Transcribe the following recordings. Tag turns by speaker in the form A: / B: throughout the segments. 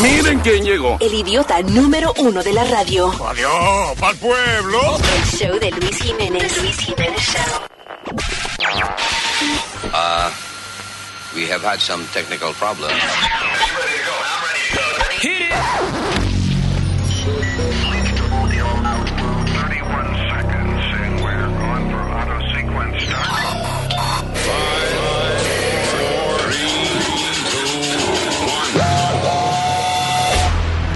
A: Miren quién llegó.
B: El idiota número uno de la radio.
A: Adiós, pa'l pueblo.
B: El show de Luis Jiménez. Luis Jiménez Show.
C: Uh, we have had some technical problems.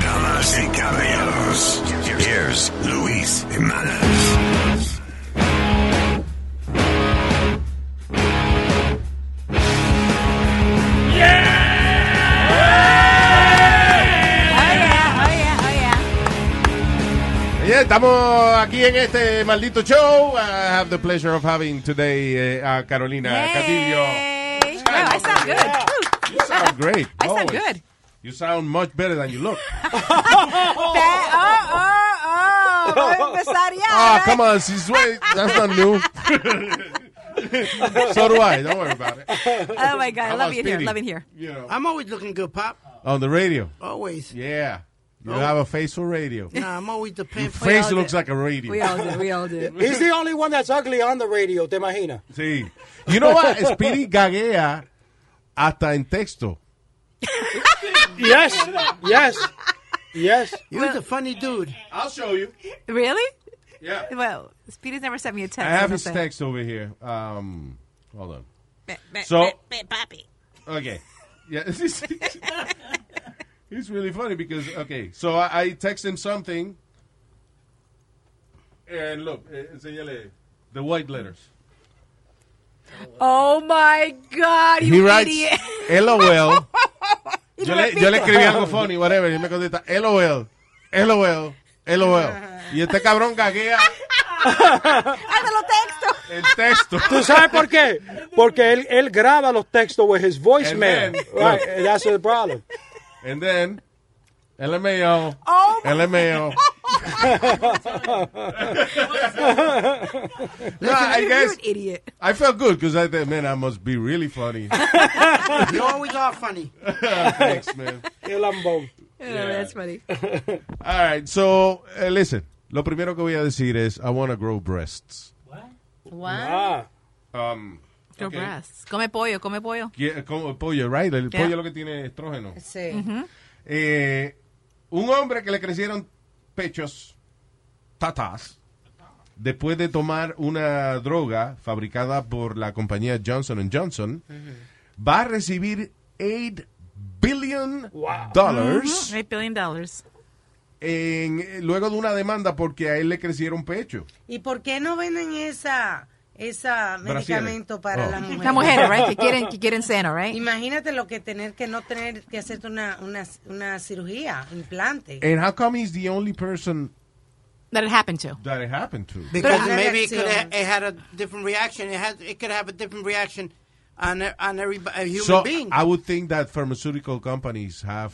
D: Damas y caballeros, here's Luis Jiménez.
E: Yeah, estamos aquí en este maldito show. I have the pleasure of having today eh, a Carolina Cadillo.
F: Hey. Wow, I sound good. Woo.
E: You sound Oh, great.
F: I sound
E: always.
F: good.
E: You sound much better than you look.
F: That- oh, oh, oh, va a empezar ya.
E: Ah,
F: ¿eh?
E: come on, she's way. That's not new. so do I. Don't worry about it.
F: Oh my God, I
E: How
F: love
E: about
F: you here.
E: Speedy?
F: Love you here.
E: You know,
G: I'm always looking good, Pop.
E: on the radio.
G: Always.
E: Yeah. You have a face for radio.
G: Nah, I'm always the pimp.
E: Face
F: do.
E: looks like a radio.
F: We all do. We all do.
H: He's the only one that's ugly on the radio, te imaginas.
E: Sí. You know what? Speedy gaguea hasta en texto.
H: Yes, yes, yes.
G: You're the funny dude.
E: I'll show you.
F: Really?
E: Yeah.
F: Well, Speedy's never sent me a text.
E: I have
F: or
E: his
F: something.
E: text over here. Um, hold on.
F: Ba- ba-
E: So-
F: ba- ba- Bobby.
E: Okay. Yeah. It's really funny because okay, so I, I text him something, and look, eh, enséñale the white letters.
F: Oh my God, you
E: He writes
F: idiot!
E: LOL.
F: Y lo
E: Yo le, yo le
F: repito.
E: escribí algo funny, whatever, y me contesta LOL, LOL, LOL. Y este cabrón gaguea
F: ¡Ay, me lo texto!
E: el texto.
H: ¿Tú sabes por qué? Porque él, él graba los textos with his voicemail.
E: And then-
H: Right, and that's the problem.
E: And then LMAO,
F: Oh my-
E: LMAO. no, I
F: You're
E: guess
F: an idiot.
E: I felt good because I thought, man, I must be really funny.
G: You always are funny.
E: Thanks, man.
H: El ambón.
F: Oh, that's funny.
E: All right, so eh, listen. Lo primero que voy a decir es, I want to grow breasts.
F: Wow.
H: Ah,
E: Um,
F: Your
E: okay.
F: breasts. Come pollo, come pollo.
E: que- como el pollo, right? El
F: Yeah.
E: pollo lo que tiene estrógeno.
I: Sí.
F: Mm-hmm.
E: Eh, un hombre que le crecieron pechos, tatas, después de tomar una droga fabricada por la compañía Johnson Johnson, va a recibir 8 billion dollars
F: Eight Mm-hmm. billion dollars.
E: en- luego de una demanda porque a él le crecieron pecho.
I: ¿Y por qué no venden esa esa
E: Brasieres.
I: medicamento para
E: Oh.
I: las mujeres?
F: La mujer, right? Que quieren, que quieren seno, right?
I: Imagínate lo que tener que no tener que hacerte una, una, una cirugía, implante.
E: And how come he's the only person
F: That it happened to.
E: that it happened to?
G: Because
I: But-
G: maybe it could
I: Reacción.
G: ha- it had a different reaction. It had it could have a different reaction on e- on every a human
E: So
G: being.
E: I would think that pharmaceutical companies have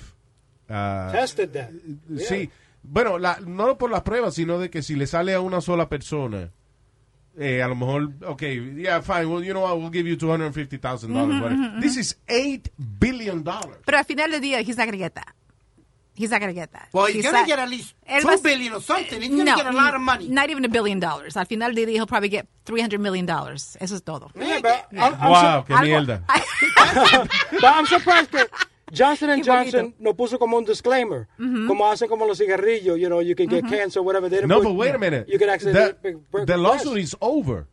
E: uh,
H: tested that. Yeah.
E: Sí. Bueno, la- no por las pruebas, sino de que si le sale a una sola persona, eh, a lo mejor, ok, yeah, fine, well, you know what, we'll give you $250,000.
F: Mm-hmm,
E: whatever. This is $8 billion. dollars.
F: Pero al final del día, he's not gonna get that. He's not gonna get that.
G: well, he's
F: Quizá-
G: gonna get at least
F: Él va a-
G: two billion or something. He's gonna
F: no,
G: get a lot of money.
F: Not even a billion dollars. Al final del día, he'll probably get 300 million dollars. Eso es todo.
H: Yeah, but I'm, I'm
E: Wow,
H: su-
E: qué
F: Algo-
E: mierda.
H: but I'm surprised que Johnson and
F: Qué
H: Johnson
F: bonito.
H: no puso como un disclaimer. Como hacen como los cigarrillos, you know, you can get cancer, whatever. They didn't
E: No,
H: put-
E: but wait a minute.
H: You can actually
E: The,
H: break
E: the
H: break-
E: lawsuit is over.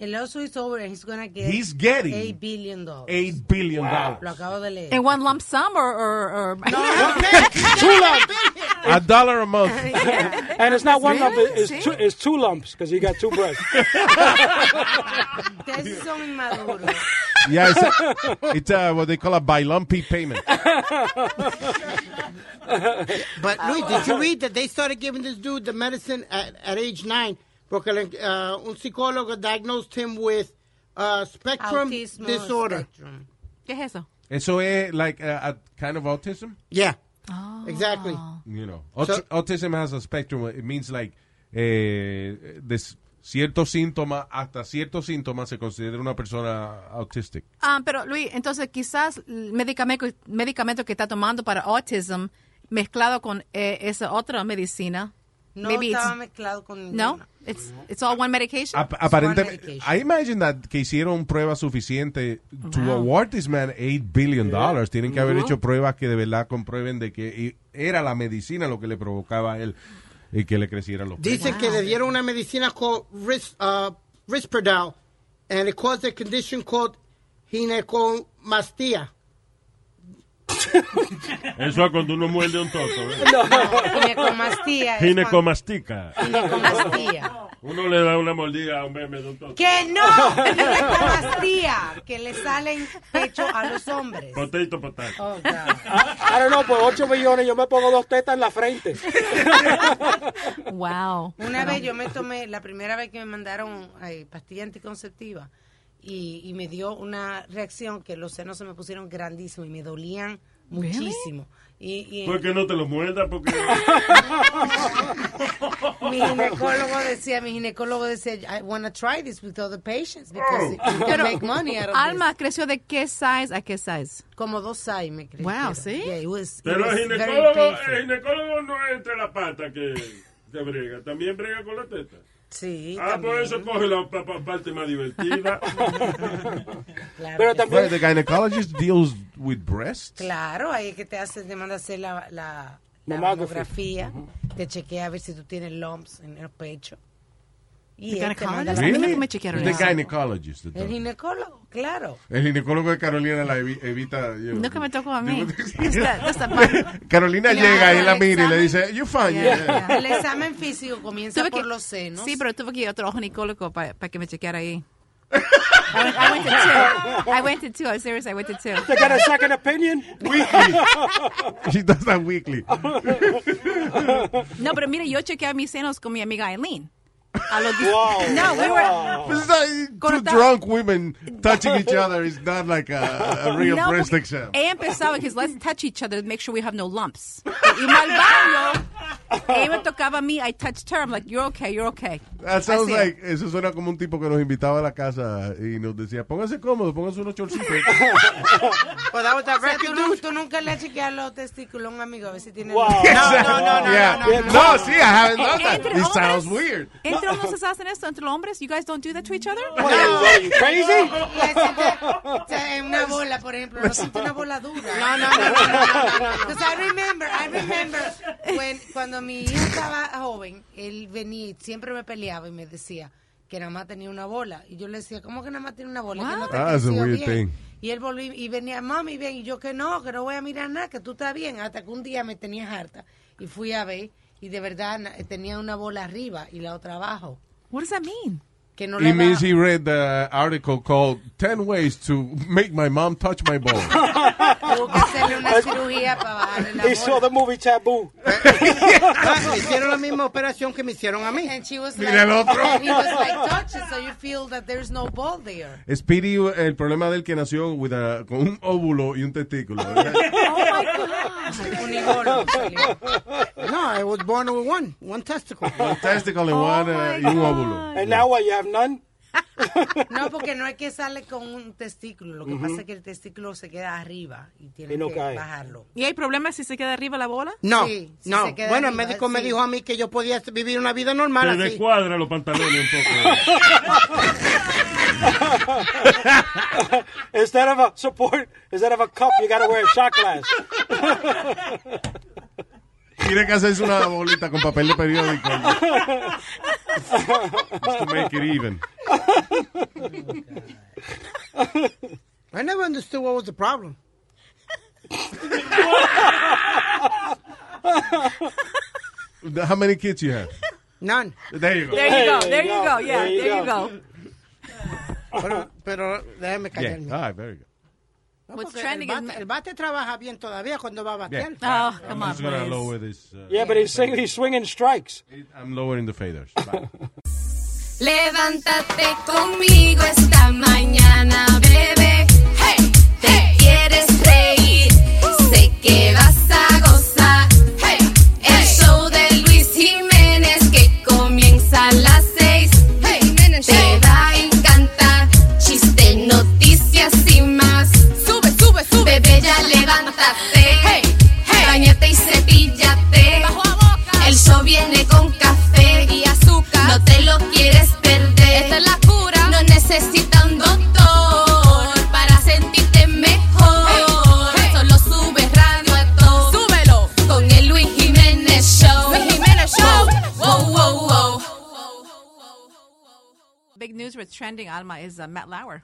I: El oso is over and he's gonna get
E: He's getting
I: eight billion dollars.
E: $8 billion.
I: Lo
E: dollars.
I: acabo de leer.
F: In one lump sum or. or, or
H: Two lumps.
E: A dollar a month.
H: And it's not one lump,
F: Really?
H: it's two, it's two lumps because he got two breasts.
I: Ustedes son inmaduros.
E: Yeah, it's, a, it's a, what they call a bilumpy payment.
G: But Luis, did
I: Uh,
G: you read that they started giving this dude the medicine at, at age nine? Porque uh, un psicólogo diagnosed him with uh, spectrum
I: Autismo
G: disorder.
I: spectrum.
F: ¿Qué es eso?
E: Eso es like a, a kind of autism.
G: Yeah, exactly.
I: Ah.
E: you know, aut-
G: So-
E: autism has a spectrum. It means like eh, this ciertos síntomas, hasta ciertos síntomas se considera una persona autistic.
J: Ah, pero Luis, entonces quizás el medicamento, medicamento que está tomando para autism mezclado con eh, esa otra medicina.
I: No
J: Maybe it's-
I: estaba mezclado con
J: No,
I: ninguna.
J: it's, it's all one medication.
E: Ap- aparentemente,
I: medication.
E: I imagine that que hicieron pruebas suficientes to
J: Wow.
E: award this man 8 billion dollars. Tienen que haber hecho pruebas que de verdad comprueben de que i- era la medicina lo que le provocaba a él y que le crecieran los pechos.
G: Dicen que le dieron una medicina called Ris, uh, Risperdal, and it caused a condition called ginecomastia.
E: Eso es cuando uno muerde un toto. ¿eh?
I: Ginecomastia. es
E: Ginecomastica.
I: cuando- Ginecomastia.
E: Uno le da una mordida a un meme de un toto.
I: Que no, ginecomastia, que le salen pecho a los hombres.
E: Potato, potato.
I: Oh, God.
H: Ahora no, por 8 millones yo me pongo dos tetas en la frente.
J: wow.
I: Una vez yo me tomé, la primera vez que me mandaron ay, pastilla anticonceptiva y, y me dio una reacción que los senos se me pusieron grandísimos y me dolían muchísimo. Y, y
E: Pues que no te lo muerdas porque...
I: mi ginecólogo decía, mi ginecólogo decía, I want to try this with other patients because you can
J: Pero,
I: make money out of this".
J: Alma creció de qué size a qué size.
I: Como dos hay, me creí.
J: Wow, ¿sí?
I: Yeah, it was, it was very
E: eh,
I: painful.
E: ginecólogo no es entre la pata que, que brega, también brega con la teta.
I: Sí,
E: por
I: también,
E: eso coge la parte más divertida.
I: claro
H: Pero
I: que
H: también...
E: the gynecologist deals with breasts.
I: Claro, ahí es que te hacen, te manda a hacer la, la, la
H: Mammography.
I: mamografía, te chequea a ver si tú tienes lumps en el pecho. Y
J: The
I: él te manda
J: gynecologist?
I: la-
J: A mí nunca me chequearon
E: The
J: eso.
E: gynecologist. the
I: el
E: doctor.
I: ginecólogo, claro.
E: El ginecólogo de Carolina la evi- evita. you know.
J: Nunca me tocó a mí.
E: Sí.
J: That's the part.
E: Carolina
I: Le
E: llega y
I: hace
E: la
I: el
E: mira y le
I: examen.
E: dice, you fine.
J: Yeah,
E: yeah."
J: yeah.
I: El examen físico comienza
J: Tuve
I: por
J: que-
I: los senos.
J: Sí, pero tuve que ir a otro ginecólogo para que me chequeara ahí. I went, I went to two. I went to two. I'm serious. I went to two.
H: ¿Te got a second opinion?
E: She does that weekly.
J: No, pero mira, yo chequeé mis senos con mi amiga Eileen. A los dis-
H: Wow.
J: No, we were.
E: This is like two
J: Corta-
E: drunk women touching each other. It's not like a, a real
J: No,
E: breast
J: porque
H: uh,
J: eh,
E: exam.
J: Ella empezaba que let's touch each other to make sure we have no lumps. Y mal baño. Ella me tocaba a mí. I touched her. I'm like, you're okay, you're okay.
E: That sounds
J: Así.
E: like, eso suena como un tipo que nos invitaba a la casa y nos decía, póngase cómodo, póngase unos chorcitos.
G: Well, Pues, that was that
I: O sea, tú,
G: record,
I: nu-
G: dude.
I: tú nunca le has chequeado los testículos a un amigo a ver si tiene.
H: Wow.
G: No, no, no, no,
E: Yeah.
G: no, no, no.
E: No, sí, I haven't done that.
J: Entre
E: This
J: hombres-
E: sounds weird.
J: Entre hombres se hacen esto, entre los hombres. You guys don't do that to each other?
H: What are you crazy?
I: Le siente- o sea, en una bola, por ejemplo, no siente una bola dura.
G: No, no, no, no, no, no, no.
I: Because I remember, I remember when- cuando mi hijo estaba joven, él venía y siempre me peleaba y me decía que nada más tenía una bola. Y yo le decía, ¿cómo que nada más tiene una bola? Que no te
E: Ah, that's a
I: creció
E: weird
I: bien.
E: thing.
I: Y él volvió y venía, mami, bien. Y yo que no, que no voy a mirar nada, que tú estás bien. Hasta que un día me tenías harta y fui a ver y de verdad na- tenía una bola arriba y la otra abajo.
J: What does that mean?
I: Que no
E: It
I: le
E: means he read the article called 10 Ways to Make My Mom Touch My Balls.
I: Tuvo que hacerle una cirugía para bajarle la
H: He saw
I: bola.
H: the movie Taboo.
G: Ah, me hicieron la misma operación que me hicieron a mí.
I: And she was
E: Mira el
I: like-
E: otro.
I: and he was like, touch it so you feel that there's no ball there.
E: Speedy, el problema del que nació with a- con un óvulo y un testículo. ¿verdad?
I: Unigolo, salió.
G: No, I was born with one, one testicle.
E: un testicle y, one, eh, y un óvulo.
H: And now what, you have none?
I: No, porque no es que sale con un testículo. Lo que pasa es que el testículo se queda arriba y tiene
H: Y no
I: que
H: cae.
I: bajarlo.
J: ¿Y hay problemas si se queda arriba la bola?
G: No,
I: Sí, sí
G: no.
I: se queda
G: Bueno, el
I: arriba,
G: médico me
I: sí.
G: dijo a mí que yo podía vivir una vida normal así.
E: descuadra los pantalones un poco.
H: Instead of a support, instead of a cup, you gotta wear a shot glass.
E: Tiene que hacerse una bolita con papel de periódico. Just to make it even.
G: I never understood what was the problem.
E: How many kids you have?
G: None.
E: There you go.
J: There you go. There
H: you
J: you
H: go,
J: go. Yeah,
H: there you
J: there you
H: go.
J: go.
G: Pero, pero déjame
E: Yeah.
G: callarme.
E: All right, very good.
G: No,
J: What's
G: porque el,
J: trending is-
G: bate, el bate trabaja bien todavía cuando va a batear.
K: Ah,
J: Oh, come on,
E: I'm just gonna
J: please.
E: lower this. uh,
H: Yeah, but he's, sing, he's swinging strikes.
E: I'm lowering the faders. Bye.
L: Levántate conmigo esta mañana, bebé. Hey, te quieres reír. Sé que vas a gozar. Hey, el show de Luis Jiménez que comienza a las seis. Hey,
J: news were trending, Alma, is uh, Matt Lauer.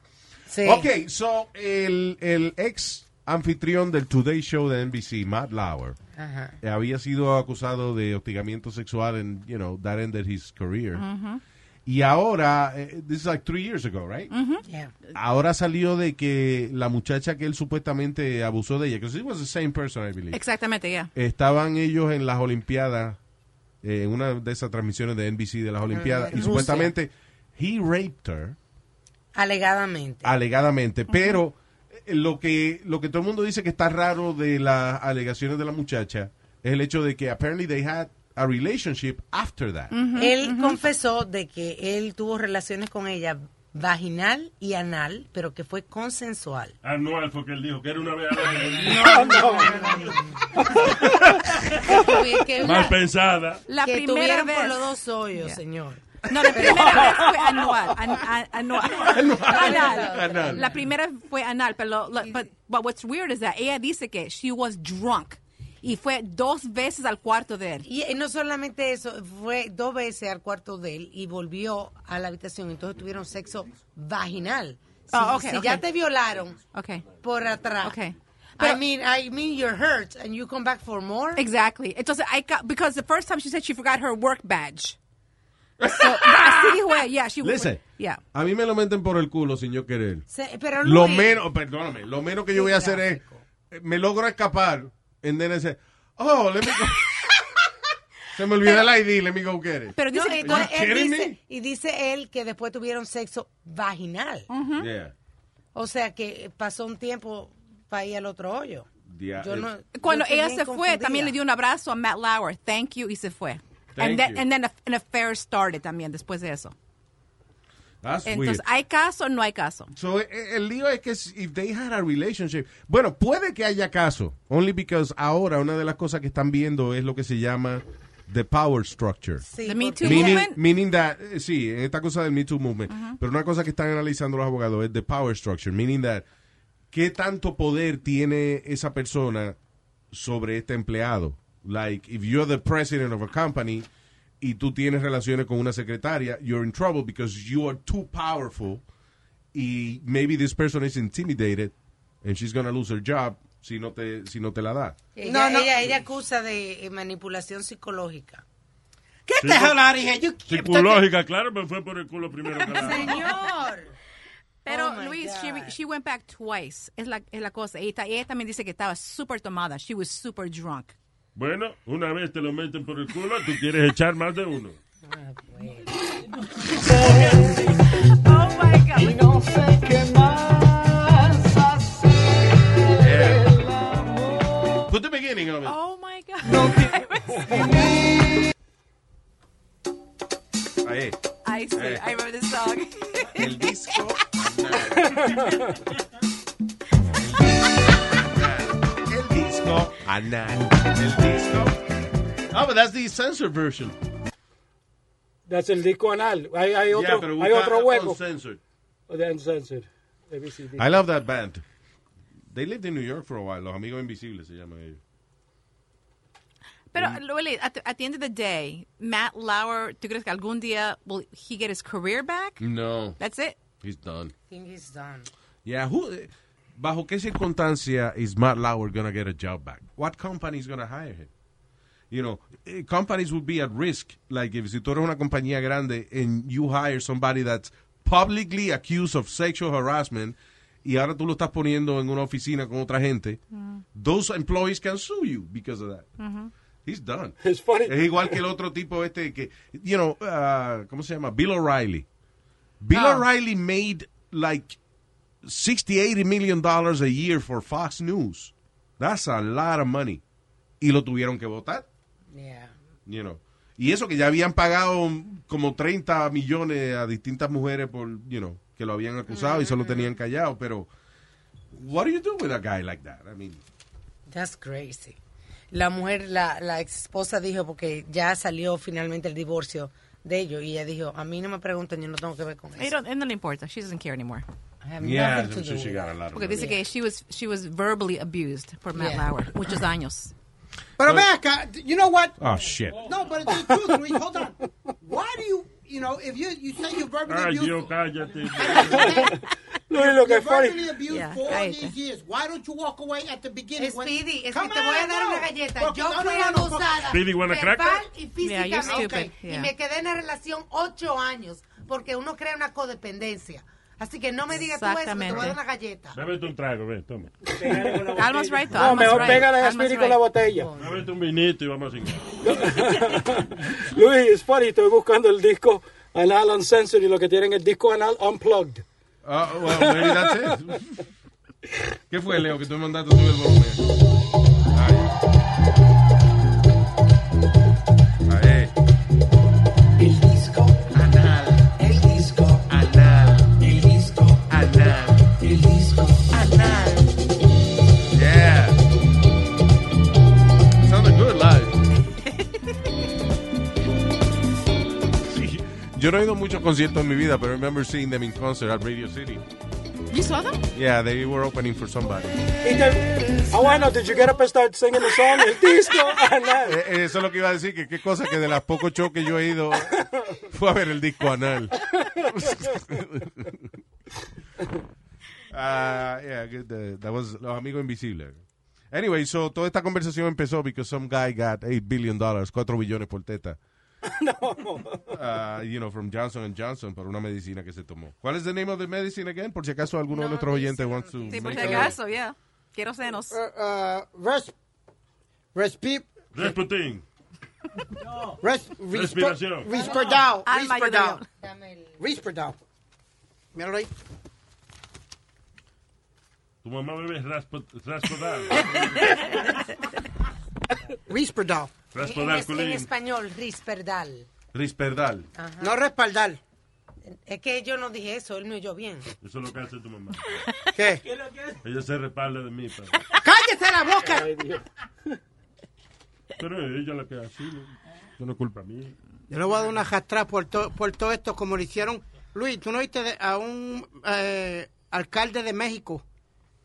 E: Ok, so el, el ex anfitrión del Today Show de NBC, Matt Lauer,
J: Ajá.
E: había sido acusado de hostigamiento sexual and, you know, that ended his career.
J: Mhm.
E: Y ahora, eh, this is like three years ago,
M: Mm.
E: right?
J: Mhm.
E: Ahora salió de que la muchacha que él supuestamente abusó de ella, que it was the same person, I believe.
J: Exactamente, ya.
E: Estaban ellos en las Olimpiadas, eh, en una de esas transmisiones de NBC de las Olimpiadas, y
I: Rusia.
E: supuestamente he raped her
I: Alegadamente.
E: alegadamente. Pero eh, lo que lo que todo el mundo dice que está raro de las alegaciones de la muchacha es el hecho de que apparently they had a relationship after
J: Mm,
E: that.
I: él confesó de que él tuvo relaciones con ella vaginal y anal, pero que fue consensual.
N: Anual, porque él dijo que era una vez
I: No, no, Que- que
N: Mal
I: la-
N: pensada.
J: La
I: que
J: primera
I: tuvieron por
J: vez.
I: los dos hoyos, señor.
J: No, la primera vez fue anual. an- an- anual. Anal.
E: Anal.
J: La primera fue anal, pero lo- but, but what's weird is that ella dice que she was drunk y fue dos veces al cuarto de él.
I: Y eh, no solamente eso, fue dos veces al cuarto de él y volvió a la habitación. Entonces tuvieron sexo vaginal. Si,
J: Ah, ok,
I: si
J: ok.
I: ya te violaron
J: Okay.
I: por atrás. I
J: Pero-
I: mean, I mean you're hurt and you come back for more.
J: Exactly. Entonces, I got, because the first time she said she forgot her work badge. So, así dijo ella. Yeah, she
E: Listen.
J: Yeah.
E: A mí me lo meten por el culo sin yo querer.
I: Se- pero eh,
E: lo
I: Luis-
E: menos, perdóname, lo menos que yo voy a hacer es eh, me logro escapar and then I say, "Oh, let me go." Se me olvidó el ID, let me go get it.
J: Pero
I: No,
J: dice que-
I: entonces
E: You
I: él
E: kidding
I: dice- y dice él que después tuvieron sexo vaginal.
E: Yeah.
I: O sea que pasó un tiempo para ir al otro hoyo.
E: Yeah,
I: Yo
E: it-
I: no-
J: Cuando
I: yo
J: ella se
I: estoy bien
J: fue, también le
I: confundida.
J: dio un abrazo a Matt Lauer. Thank you y se fue.
E: Thank
J: and, then,
E: you.
J: and then a- an affair started también después de eso.
E: That's
J: Entonces,
E: weird.
J: ¿hay caso o no hay caso?
E: So, e- e- el lío es que si- if they had a relationship, bueno, puede que haya caso, only because ahora una de las cosas que están viendo es lo que se llama the power structure.
J: The Me Too
E: Meaning,
J: movement.
E: meaning that, eh, sí, en esta cosa del Me Too movement, pero una cosa que están analizando los abogados es the power structure, meaning that qué tanto poder tiene esa persona sobre este empleado. Like, if you're the president of a company y tú tienes relaciones con una secretaria, you're in trouble because you are too powerful y maybe this person is intimidated and she's gonna lose her job si no te, si no te la da.
I: Ella,
G: No, no.
I: Eh, ella, ella acusa de eh, manipulación psicológica.
G: Get the hell out of here. You
N: Psicológica, claro, pero fue por el culo primero que la-
I: Señor.
J: Pero
I: Oh, my
J: Luis, she, re-
I: God.
J: she went back twice. Es la, es la cosa. Ella, ta- ella también dice que estaba súper tomada. She was super drunk.
N: Bueno, una vez te lo meten por el culo, tú quieres echar más de uno.
E: Put the beginning of it.
J: Oh my God.
E: Ahí.
J: I see.
E: Eh.
J: I wrote this song.
E: El disco. El disco. Anal. El disco. Oh, but that's the censored version.
H: That's el disco anal. Hay, hay
E: Yeah,
H: otro,
E: pero
H: hay
E: busca
H: otro hueco.
E: uncensored.
H: De uncensored. ABCD.
E: I love that band. They lived in New York for a while. Los Amigos Invisibles se llaman ellos.
J: Pero Luis, at the, at the end of the day, Matt Lauer, ¿tú crees que algún día will he get his career back?
E: No.
J: That's it.
E: He's done.
I: Think he's done.
E: Yeah, who... ¿Bajo qué circunstancia is Matt Lauer gonna get a job back? What company is gonna hire him? You know, eh, companies would be at risk. Like, if si tú eres una compañía grande and you hire somebody that's publicly accused of sexual harassment y ahora tú lo estás poniendo en una oficina con otra gente, those employees can sue you because of that. He's done.
H: It's funny.
E: Es igual que el otro tipo este que, you know, uh, ¿cómo se llama? Bill O'Reilly. Bill
H: Ah.
E: O'Reilly made like 60, 80 million dollars a year for Fox News. That's a lot of money. Y lo tuvieron que votar,
I: Yeah.
E: you know. Y eso que ya habían pagado como 30 millones a distintas mujeres por, you know, que lo habían acusado y solo
H: Mm.
E: tenían callado, pero what do you do with a guy like that? I mean,
I: That's crazy. La mujer, la, la ex esposa dijo, porque ya salió finalmente el divorcio de ellos, y ella dijo, a mí no me preguntan, yo no tengo que ver con
J: It
I: eso.
J: don't, it don't importa. She doesn't care anymore.
I: I have
E: yeah,
I: nothing
E: I'm
I: to do
E: sure she
I: with
E: got a
I: it.
E: lot of
J: Porque
E: money.
J: dice que she was, she was verbally abused por Matt
I: Yeah.
J: Lauer. Muchos años.
G: Pero ve acá, you know what?
E: Oh, shit.
G: No, but it's the truth, Luis. Hold on. Why do you you know, if you you say you're verbally
N: Ay,
G: abused,
N: yo, cállate.
H: Luis, lo que
G: you're
H: fue.
G: verbally abused
N: Yeah,
G: for all
N: cállate.
G: these years. Why don't you walk away at the beginning? when-
K: Speedy, es
G: Come
K: que te voy a
G: on,
K: dar
G: no.
K: una galleta.
G: Porque-
K: Yo
G: no, no,
K: fui
G: no, no, porque-
K: abusada
N: Speedy, wanna
K: verbal
N: crack
K: y
J: Yeah,
K: físicamente.
J: you're stupid,
K: Y
J: yeah.
K: me quedé en la relación ocho años porque uno crea una codependencia. Así que no me digas tú eso, que te voy a dar
J: Exactamente.
K: una galleta.
N: Bébete un trago, ven, toma.
J: Almost right, though.
H: No,
J: Almost
H: mejor
J: right.
H: pégale a
J: Almost
H: Spirit con
J: right.
H: la botella.
N: Bébete un vinito y vamos a cingar.
H: Luis, es funny, estoy buscando el disco Anal Uncensored y lo que tienen es el disco Anal Unplugged.
E: Ah, well, maybe that's it. ¿Qué fue, Leo, que tú me mandaste subir el volumen? Ahí.
O: El disco anal, el disco anal, el disco anal, el disco anal.
E: Yeah. Sounded good live. Sí. Yo no he ido a muchos conciertos en mi vida, pero I remember seeing them in concert at Radio City.
J: You saw them?
E: Yeah, they were opening for somebody.
H: Y te- Ah, bueno, did you get up and start singing the song? El disco Ah, Anal.
E: Eh, eh, Eso es lo que iba a decir, que qué cosa que de las pocos shows que yo he ido fue a ver el disco anal. Ah, yeah, good, uh, that was Los Amigos Invisibles. Anyway, so toda esta conversación empezó porque some guy got 8 billion dollars, 4 billones por teta. Ah, you know, from Johnson Johnson por una medicina que se tomó. ¿Cuál es the name of the medicine again? Por si acaso alguno de nuestros oyentes wants to
J: Sí, por si
E: make a-
J: acaso, yeah. Quiero senos.
G: Uh, Res... Respip...
N: Resputin.
G: Res...
N: Respiración. Ah.
K: Ah,
G: Risperdal.
J: Alma,
G: Risperdal.
J: ayúdame.
G: Risperdal. Míralo ahí.
N: Tu mamá bebe raspo- raspodal.
G: Risperdal.
N: Raspodal,
I: En, en
N: culín.
I: español, risperdal.
E: Risperdal.
I: Ajá.
G: No respaldar.
I: Es que yo no dije eso, él me oyó bien.
N: Eso es lo que hace tu mamá.
G: ¿Qué?
N: Ella se respalda de mí. Pero,
G: ¡Cállese la boca!
N: pero ella la que hace así, ¿no? Eso no es culpa mía.
G: Yo le voy a dar una jastrá por, to- por todo esto, como lo hicieron. Luis, ¿tú no viste de- a un eh, alcalde de México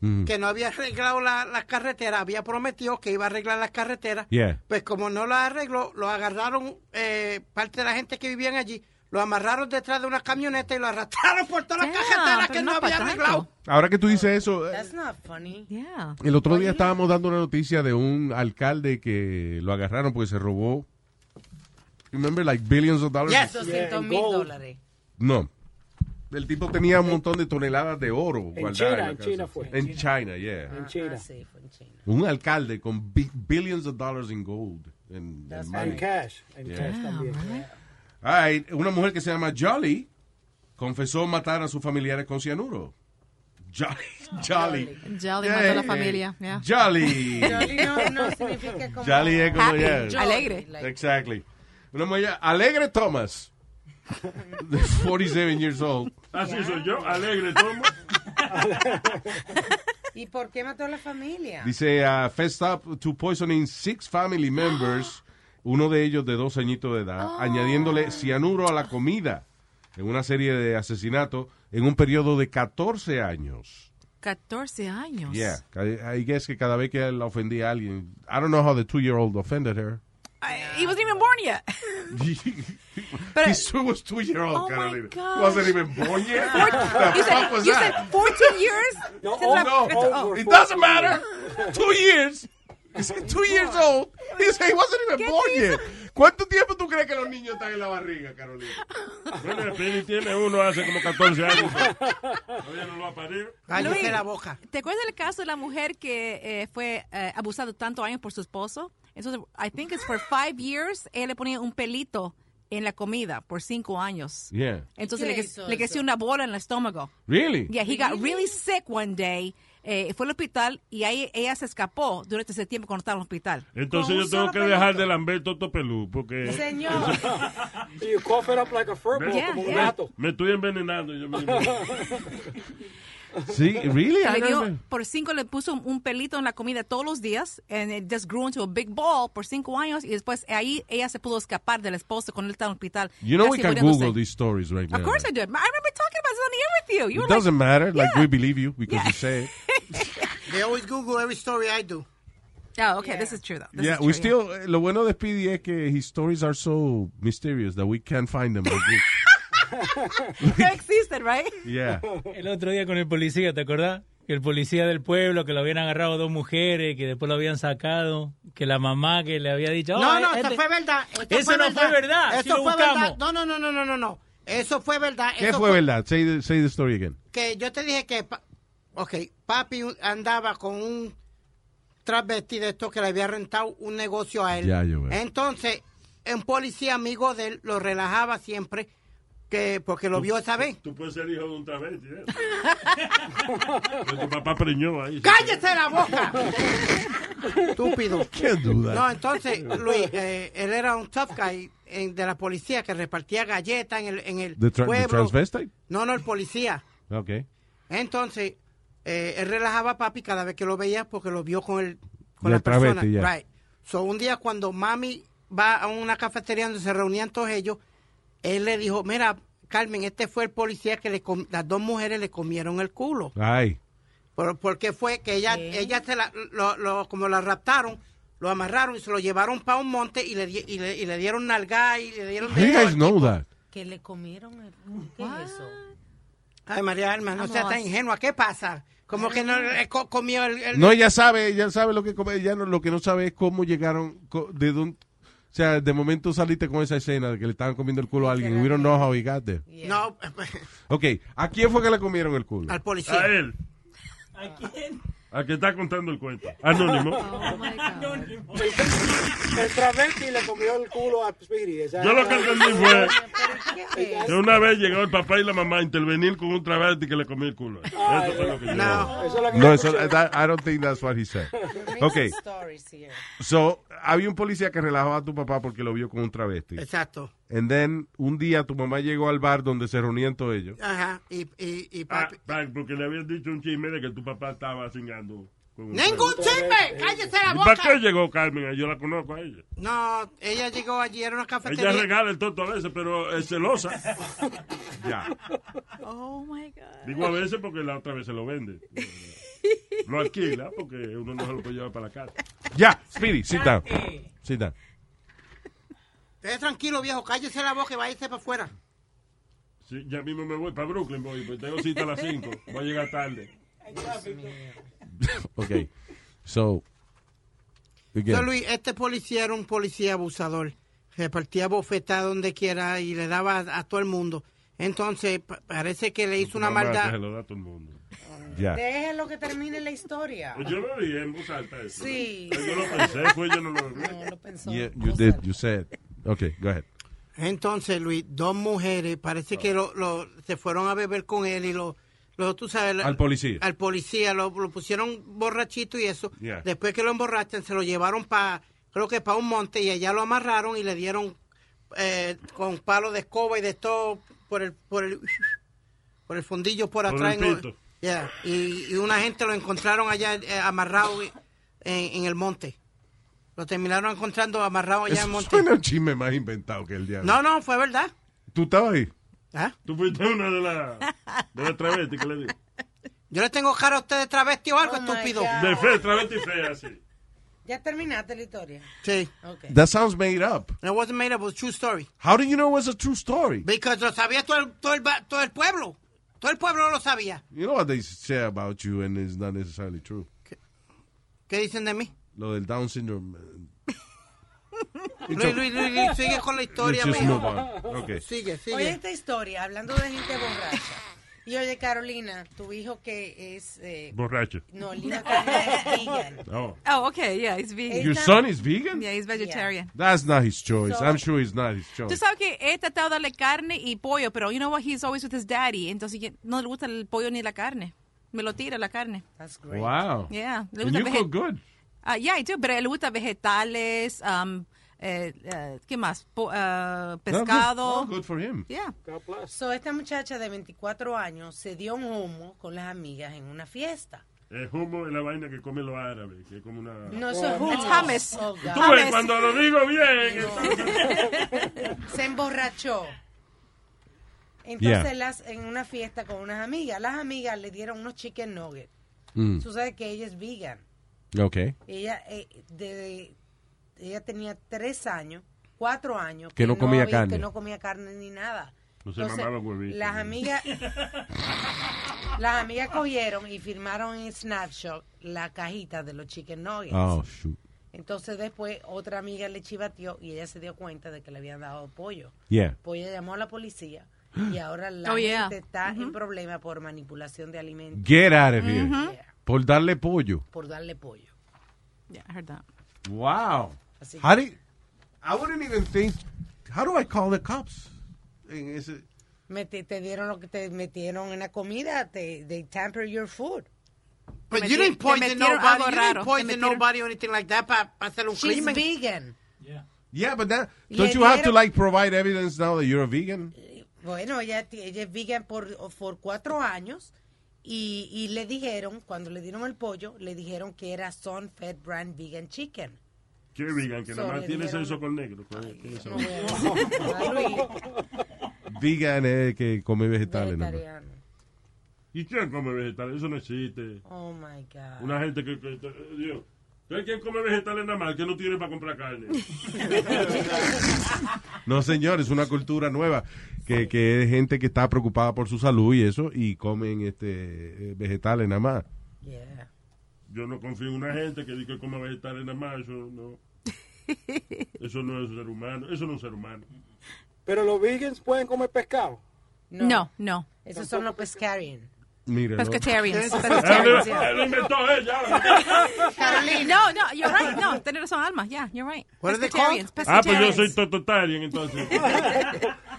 E: Mm.
G: que no había arreglado la, la carretera? Había prometido que iba a arreglar la carretera.
E: Yeah.
G: Pues como no la arregló, lo agarraron eh, parte de la gente que vivían allí, lo amarraron detrás de una camioneta y lo arrastraron por toda la carretera
J: pero
G: que
J: no
G: no
J: pa'
G: había
J: tanto.
G: arreglado.
E: Mm. Ahora que tú dices eso, eh,
I: That's not funny.
J: Yeah.
E: El otro día estábamos dando una noticia de un alcalde que lo agarraron porque se robó. Remember, like billions of dollars.
I: Yes. 200 mil
H: gold.
I: dólares.
E: No. El tipo tenía un montón de toneladas de oro guardadas
H: China,
E: la
H: en
E: casa.
H: China fue.
E: En China, yeah.
H: En China.
E: Un alcalde con bi- billions of dollars in gold. En, en money.
H: En cash. En
E: Yeah.
H: cash también.
E: All right, Una mujer que se llama Jolly confesó matar a sus familiares con cianuro. Jolly. Jolly.
J: Jolly
E: Yeah,
J: mató a la
E: yeah.
J: familia. Yeah.
E: Jolly.
I: Jolly no, no significa como.
E: Jolly es como
J: Happy,
E: ya.
J: jolly, Alegre. like-
E: Exactly. Una mujer alegre Thomas. de 47 years old.
N: Así soy yo, alegre, tomo.
I: ¿Y por qué mató a la familia?
E: Dice, uh, fessed up to poisoning six family members, uno de ellos de dos añitos de edad, añadiéndole cianuro a la comida en una serie de asesinatos en un periodo de 14 años.
J: 14 años.
E: Yeah, I, I guess que cada vez que la ofendía a alguien, I don't know how the two-year-old offended her.
J: I- he wasn't even born yet.
E: He still was two-year-old,
J: Oh, my
E: Carolina.
J: gosh.
E: Wasn't even born yet.
J: Four- you
E: The fuck
J: said,
E: was
J: you
E: that?
J: said 14 years?
H: No,
J: Since la-
E: no,
J: oh.
E: it doesn't matter. Two years. He's two years old. He's, he wasn't even born yet. ¿Cuánto tiempo tú crees que los niños están en la barriga, Carolina?
N: Bueno, el Pini tiene uno hace como 14 años. Todavía no lo ha parido.
G: Cállese
J: Luis.
G: la boca.
J: ¿Te acuerdas del caso de la mujer que eh, fue eh, abusada tantos años por su esposo? Entonces, I think it's for five years, él le ponía un pelito en la comida por cinco años.
E: Yeah.
J: Entonces
I: ¿Qué
J: le,
I: hizo
J: cre- le creció
I: eso?
J: una bola en el estómago.
E: Really?
J: Yeah, he got really sick one day. Eh, fue al hospital y ahí ella se escapó durante ese tiempo cuando estaba en el hospital.
N: Entonces
I: Con un
N: yo tengo
I: solo
N: que dejar de lamber todo pelú, porque
I: Señor.
H: So you cough it up like a furball,
J: Yeah,
H: como un
J: yeah.
H: gato.
N: me estoy envenenando yo mismo.
E: Sí, really? I
J: Le dio-
E: don't
J: por cinco le puso un pelito en la comida todos los días and it just grew into a big ball por cinco años y después ahí ella se pudo escapar del esposo cuando él estaba en el hospital.
E: You know we
J: casi
E: can
J: muriéndose.
E: Google these stories right now.
J: Of course I did. I remember talking about this on the air with you. You
E: It
J: were
E: doesn't
J: like,
E: matter. Like
J: Yeah.
E: we believe you because you say it.
G: They always Google every story I do.
J: Oh, okay, this is true though. This
E: yeah,
J: is true,
E: we still. eh, Lo bueno de Speedy es que his stories are so mysterious that we can't find them. Like, we-
J: no existen, right?
E: Yeah.
P: El otro día con el policía, ¿te acordás? Que el policía del pueblo, que lo habían agarrado dos mujeres, que después lo habían sacado, que la mamá que le había dicho... "Oh,
G: No, no,
P: eh,
G: esto
P: este-
G: fue verdad. esto
P: Eso no fue verdad, si
G: Eso
P: lo
G: fue verdad.
P: buscamos.
G: No, no, no, no, no, no, no. Eso fue verdad.
E: ¿Qué
G: eso
E: fue verdad? Say the, say the story again.
G: Que yo te dije que, pa- ok, papi un- andaba con un transvesti de esto que le había rentado un negocio a él.
E: Ya, yo veo.
G: Entonces, un policía amigo de él lo relajaba siempre que porque lo vio esa vez.
N: Tú puedes ser hijo de un travesti, ¿eh? Pero tu papá preñó ahí.
G: ¡Cállese la boca! Estúpido.
N: Qué duda.
G: No, entonces, Luis, eh, él era un tough guy eh, de la policía que repartía galletas en el, en el
E: The, tra- the
G: pueblo.
E: transvestite?
G: No, no, el policía.
E: Okay.
G: Entonces, eh, él relajaba a papi cada vez que lo veía porque lo vio con el con
E: Ya,
G: la persona.
E: travesti, ya.
G: Right. So, un día cuando mami va a una cafetería donde se reunían todos ellos, él le dijo, mira, Carmen, este fue el policía que le com- las dos mujeres le comieron el culo.
E: Ay.
G: Por- porque fue que ella, ella se la, lo, lo- como la raptaron, lo amarraron y se lo llevaron para un monte y le, di- y le, y le dieron nalga y le dieron...
E: How you guys know that?
I: Que le comieron el... ¿Qué es eso?
G: Ay, María Alma, no sea tan ingenua. ¿Qué pasa? Como que no eh, co- comió el... el-
E: No, ella sabe, ella sabe lo que come, ella no, lo que no sabe es cómo llegaron, co- de dónde, o sea, de momento saliste con esa escena de que le estaban comiendo el culo a alguien. We don't know how he got there.
G: No,
E: Ok, ¿a quién fue que le comieron el culo?
G: al policía.
N: A él. ¿A quién? Al que está contando el cuento. Anónimo.
H: Anónimo. El, el travesti le comió el culo a Speedy. esa-
N: Yo lo que entendí fue
H: Ella-
N: que una vez llegó el papá y la mamá a intervenir con un travesti que le comió el culo. Eso fue lo que yo.
H: Eso es lo que
E: No, eso, that- I don't think that's what he said. Ok,
I: Stories here.
E: so, había un policía que relajaba a tu papá porque lo vio con un travesti.
G: Exacto.
E: And then, un día tu mamá llegó al bar donde se reunían todos ellos.
G: Ajá, y, y, y papi...
N: Ah, porque le habían dicho un chisme de que tu papá estaba cingando. con un
G: ¡Ningún
N: travesti.
G: chisme! ¡Cállese la
N: ¿Y para
G: boca!
N: qué llegó Carmen? Ah, Yo la conozco a ella.
G: No, ella llegó ayer a una
N: Ella
G: cafetería.
N: regala el tonto a veces, pero es celosa. ya.
J: Oh my God.
N: Digo a veces porque la otra vez se lo vende. Lo alquila porque uno no se lo puede llevar para la casa.
E: Ya, Speedy, sit down. Sit down.
G: Usted tranquilo, viejo, cállese la boca y váyase para afuera.
N: Sí, ya mismo me voy para Brooklyn, voy, pues tengo cita a las 5. Voy a llegar tarde.
E: Ok, so, again.
G: So, Luis, este policía era un policía abusador. Repartía bofetadas donde quiera y le daba a, a todo el mundo. Entonces, pa- parece que le hizo una
N: Mamá,
G: maldad.
N: Ah, Se lo da a todo el mundo.
E: Ya.
I: Déjelo que termine la historia.
N: Pues yo lo dije en voz alta. Eso.
I: Sí.
N: Pues Yo lo pensé, fue yo no lo
I: No, lo pensó.
E: Yeah, you did, you said. Ok, go ahead.
G: Entonces, Luis, dos mujeres parece
E: Ah.
G: que lo, lo- se fueron a beber con él y lo, lo tú sabes, la-
E: Al policía.
G: Al policía, lo, lo pusieron borrachito y eso.
E: Yeah.
G: Después que lo emborrachan, se lo llevaron para, creo que para un monte y allá lo amarraron y le dieron eh, con palo de escoba y de todo por el, por el, por el fondillo por
N: Por
G: atrás.
N: el
G: en-
N: pito.
G: Yeah. Y, y una gente lo encontraron allá eh, amarrado en, en el monte. Lo terminaron encontrando amarrado allá en el
E: Eso
G: monte.
E: suena un chisme más inventado que el diablo.
G: No, no, fue verdad.
E: ¿Tú estabas ahí?
G: ¿Ah?
N: Tú fuiste una de las de las travestis que le digo.
G: Yo le tengo cara a usted de travesti o algo, estúpido.
N: De fe, travesti fea, sí.
I: ¿Ya terminaste la historia?
G: Sí.
E: That sounds made up.
G: It wasn't made up, it was a true story.
E: How do you know it was a true story?
G: Because lo sabía todo el, todo el, ba- todo el pueblo. Todo el pueblo lo sabía.
E: You know what they say about you and it's not necessarily true.
G: ¿Qué dicen de mí?
E: Lo del Down syndrome. eh, It's
G: Luis, Luis, Luis, Luis, sigue con la historia.
E: Let's just
G: mijo.
E: move on. Okay.
G: Sigue, sigue.
I: Oye, esta historia, hablando de gente borracha. Y oye, Carolina, tu hijo que es... eh,
N: Borracho.
I: No, Lina Carolina es vegan.
N: Oh.
J: Oh, okay, yeah, he's vegan.
E: Your son is vegan?
J: Yeah, he's vegetarian.
E: That's not his choice.
J: So-
E: I'm sure it's not his
J: Tú
E: choice.
J: sabes que he tratado de darle carne y pollo, pero you know what, he's always with his daddy. Entonces que no le gusta el pollo ni la carne. Me lo tira la carne.
E: Wow.
J: Yeah. Le
E: And
J: gusta
E: you
J: veget-
E: cook good.
J: Ah, yeah, I do, pero le gusta vegetales, um, eh, eh, ¿qué más? Po- ah, pescado.
E: good for him.
J: Yeah.
I: So, esta muchacha de 24 años se dio un humo con las amigas en una fiesta.
N: El humo es la vaina que comen los árabes, que es como una...
I: No, eso es hummus.
J: It's hummus.
I: Oh,
N: Tú
I: God.
N: ves, cuando lo digo bien...
I: se emborrachó. Entonces,
N: Yeah.
I: las, en una fiesta con unas amigas, las amigas le dieron unos chicken nuggets.
E: Mm.
I: Tú sabes que ella es vegan.
E: Ok.
I: Ella, eh, de- ella tenía tres años, cuatro años.
E: Que no comía
I: había-
E: carne.
I: Que no comía carne ni nada.
N: No se mamaba huevitos.
I: las amigas, las amigas cogieron y firmaron en Snapshot la cajita de los chicken nuggets.
E: Oh, shoot.
I: Entonces después otra amiga le chivateó y ella se dio cuenta de que le habían dado pollo.
E: Yeah.
I: Pues ella llamó a la policía y ahora la
J: Oh,
I: gente
J: yeah.
I: está en problema por manipulación de alimentos.
E: Get out of here.
I: Ujú.
E: Por darle pollo.
I: Por darle pollo.
J: Yeah, I heard that.
E: Wow.
I: Así
E: How do you- I wouldn't even think. How do I call the cops? En ese-
I: Meti- te dieron lo que te metieron en la comida, te, they tamper your food.
G: But you didn't poison nobody. You didn't poison nobody or anything like that para hacer un
I: She's
G: crimen.
I: vegan.
E: Yeah, but that
I: Le
E: don't you have to
I: dieron-
E: like provide evidence now that you're a vegan?
I: Bueno, ella, ti- ella es vegan por, por cuatro años y, y le dijeron, cuando le dieron el pollo, le dijeron que era Sun Fed Brand Vegan Chicken.
N: ¿Qué vegan? Que nada
I: So,
N: más
I: le
N: tiene
I: dieron-
N: sexo con negro. pues, ¿Cuál es- quién sabe?
E: Vegan es eh, que come vegetales. ¿no?
I: Vegetariano.
N: ¿Y quién come vegetales? Eso no existe.
I: Oh my God.
N: Una gente que. que- que- Dios. ¿Hay quien come vegetales nada más? Que no tiene para comprar carne.
E: No, señor, es una cultura nueva que, que es gente que está preocupada por su salud y eso y comen este eh, vegetales nada más.
N: Yo no confío en una gente que dice que come vegetales nada más. Eso no. Eso no es un ser humano. Eso no es un ser humano.
H: Pero los vegans pueden comer pescado.
I: No.
J: No, no.
I: Esos son los pescarian.
E: Mira. ¿no?
J: Pescatarians.
N: Pescatarians, yeah. Él lo inventó ella.
J: No, no, you're right. No, tenés razón, Alma. Yeah, you're right.
N: What are they
J: Pescatarians.
N: Ah, pues yo
J: pescatarians.
N: soy tototarian entonces.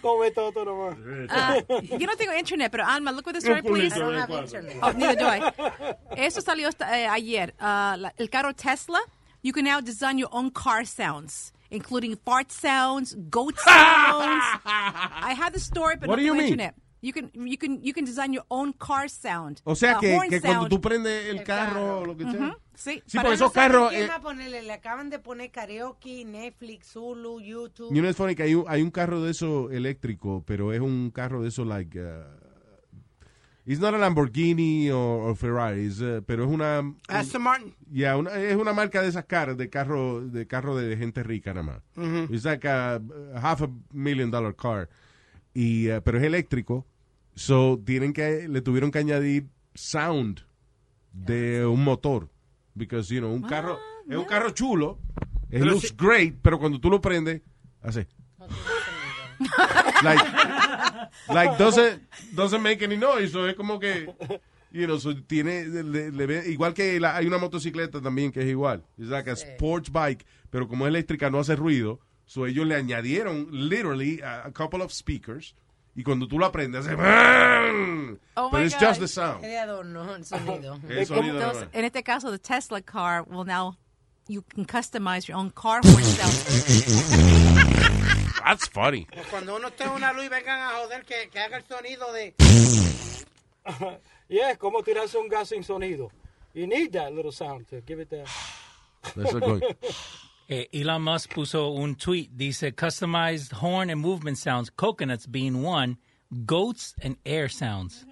H: Come todo nomás.
J: Ah, yo no tengo internet, pero Alma, look at the story,
N: Un culito
J: please.
N: I don't de have cuatro. internet.
J: Oh, neither do I. Eso salió esta- eh, ayer. Ah, la- el carro Tesla. You can now design your own car sounds, including fart sounds, goat sounds. I had the story, but
E: What
J: not
E: do you
J: on the
E: mean?
J: internet. You can you can you can design your own car sound.
E: O sea
J: uh,
E: que,
J: horn
E: que cuando
J: sound.
E: tú prendes el carro o lo que sea.
J: Ujú, Sí,
E: Sí,
J: para
E: porque
J: no
E: esos
J: saber
E: carros.
I: ¿Quién
E: eh,
I: va a ponerle? Le acaban de poner karaoke, Netflix, Zulu, YouTube.
E: You know, it's funny que hay un, hay un carro de eso eléctrico, pero es un carro de eso like... uh, it's not a Lamborghini o o Ferrari, it's, uh, pero es una... un-
G: Aston Martin.
E: yeah, una- es una marca de esas caras, de carro de carro de gente rica nada más.
G: Ujú.
E: It's like a, a half a million dollar car. Y, uh, pero es eléctrico, so tienen que, le tuvieron que añadir sound de un motor. Because, you know, un carro, es un carro chulo, it
N: Pero
E: looks
N: si-
E: great, pero cuando tú lo prendes, hace... like, like doesn't, doesn't make any noise. So es como que, you know, so tiene, le- le ve- igual que la- hay una motocicleta también que es igual. Es like a sports bike, pero como es eléctrica no hace ruido. So ellos le añadieron literally a, a couple of speakers. Y cuando tú lo aprendes, hace ¡bang!
J: Oh
E: But
J: my
E: it's
J: God.
E: just the sound.
I: Es de adorno el sonido.
E: El sonido nada
J: Entonces,
E: más.
J: en este caso, the Tesla car will now you can customize your own car horn sound.
E: That's funny.
G: O Cuando uno esté en una luz y vengan a joder que, que haga el sonido de...
H: Y es como tirarse un gas sin sonido. You need that little sound to give it that.
E: That's a good-
P: Eh, Elon Musk puso un tweet. Dice, customized horn and movement sounds, coconuts being one, goats and air sounds.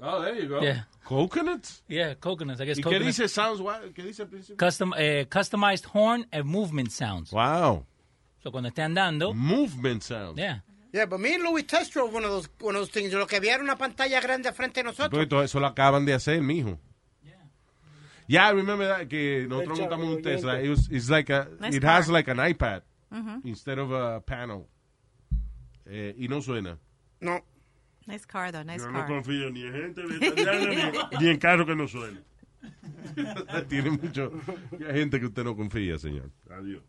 E: Oh, there you go.
P: Yeah.
E: Coconuts?
P: Yeah, coconuts. I guess
E: ¿Y qué
P: coconuts.
E: dice sounds? what- ¿Qué dice al principio?
P: Custom, eh, customized horn and movement sounds.
E: Wow.
P: So cuando esté andando.
E: Movement sounds.
P: Yeah.
G: Yeah, but me and Louis Test drove one of those, one of those things. Lo que había era una pantalla grande frente a nosotros.
E: Porque todo eso lo acaban de hacer, mijo. Yeah, I remember that, que nosotros
G: El
E: montamos un
G: chavo
E: Tesla.
G: oyente.
E: It was, it's like a,
G: Nice
E: it
G: car.
E: has like an iPad
J: Ujú.
E: instead of a panel. Eh, y no suena.
G: No.
J: Nice car, though. Nice
N: Yo no
J: car.
N: confío ni en gente vegetariana ni, ni en carro que no suena.
E: Tiene mucho hay gente que usted no confía, señor.
N: Adiós.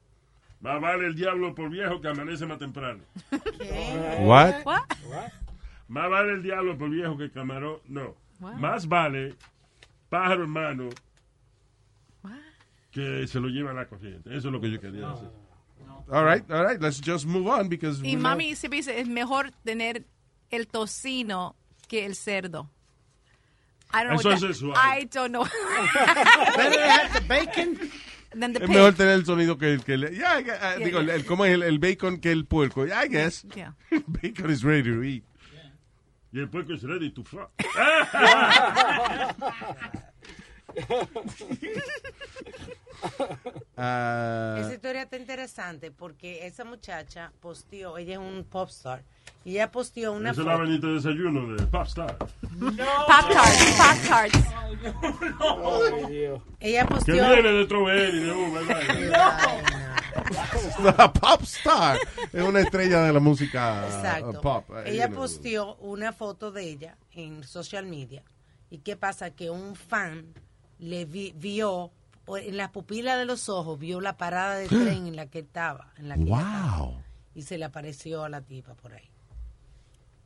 N: Más vale el diablo por viejo que amanece más temprano.
E: What?
N: Más vale el diablo por viejo que camarón. No.
J: What?
N: Más vale pájaro hermano que se lo lleva la corriente. Eso es lo que yo quería decir.
E: All right, all right, let's just move on because
J: Y
E: we
J: mami siempre dice, es mejor tener el tocino que el cerdo. I don't know
E: Eso
J: what
E: es
J: that-
E: sensual.
J: I don't know.
G: bacon
J: than the
E: know- es
J: pig.
E: mejor tener el sonido que el que le- Yeah, I gue-
J: Yeah,
E: ah, digo,
J: yeah.
E: El, ¿cómo es el, el bacon que el puerco? Yeah, I guess.
J: Yeah.
E: Bacon is ready to eat.
N: Y el puerco es ready to fly.
E: Ah,
I: Esa historia está interesante porque esa muchacha posteó, ella es un pop star, y ella posteó una
N: Eso es
I: foto.
N: la bendita desayuno de Popstar.
I: Pop-Tarts, Pop-Tarts. Ella
N: Que
I: posteó...
N: viene de Trover y de Uber.
E: una pop star. Es una estrella de la música
I: Exacto.
E: uh, pop.
I: Ella
E: You know.
I: posteó una foto de ella en social media. ¿Y qué pasa? Que un fan le vi- vio, o en la pupila de los ojos, vio la parada de tren en la que estaba. En la que ella estaba,
E: Wow.
I: y se le apareció a la tipa por ahí.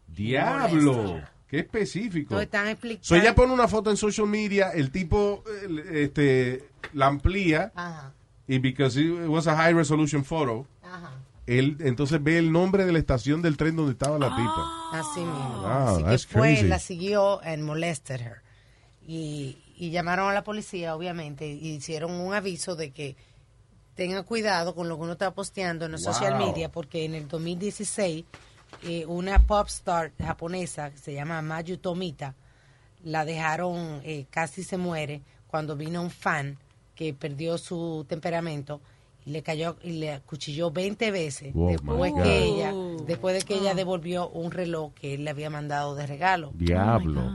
E: Diablo. Qué específico.
I: Entonces están explicando...
E: So ella pone una foto en social media, el tipo eh, este, la amplía
I: Ajá,
E: y because it was a high resolution photo,
I: ajá.
E: él entonces ve el nombre de la estación del tren donde estaba la tipa.
I: Ah. Así mismo.
E: Wow,
I: Así que
E: that's
I: fue,
E: crazy.
I: la siguió and molested her. Y, y llamaron a la policía, obviamente, y hicieron un aviso de que tengan cuidado con lo que uno está posteando en los
K: Wow.
I: social media, porque en el 2016 eh, una pop star japonesa que se llama Mayu Tomita la dejaron, eh, casi se muere cuando vino un fan que perdió su temperamento y le cayó y le acuchilló 20 veces
E: Oh, my
I: después
E: God.
I: que ella después de que ella devolvió un reloj que él le había mandado de regalo.
E: Diablo.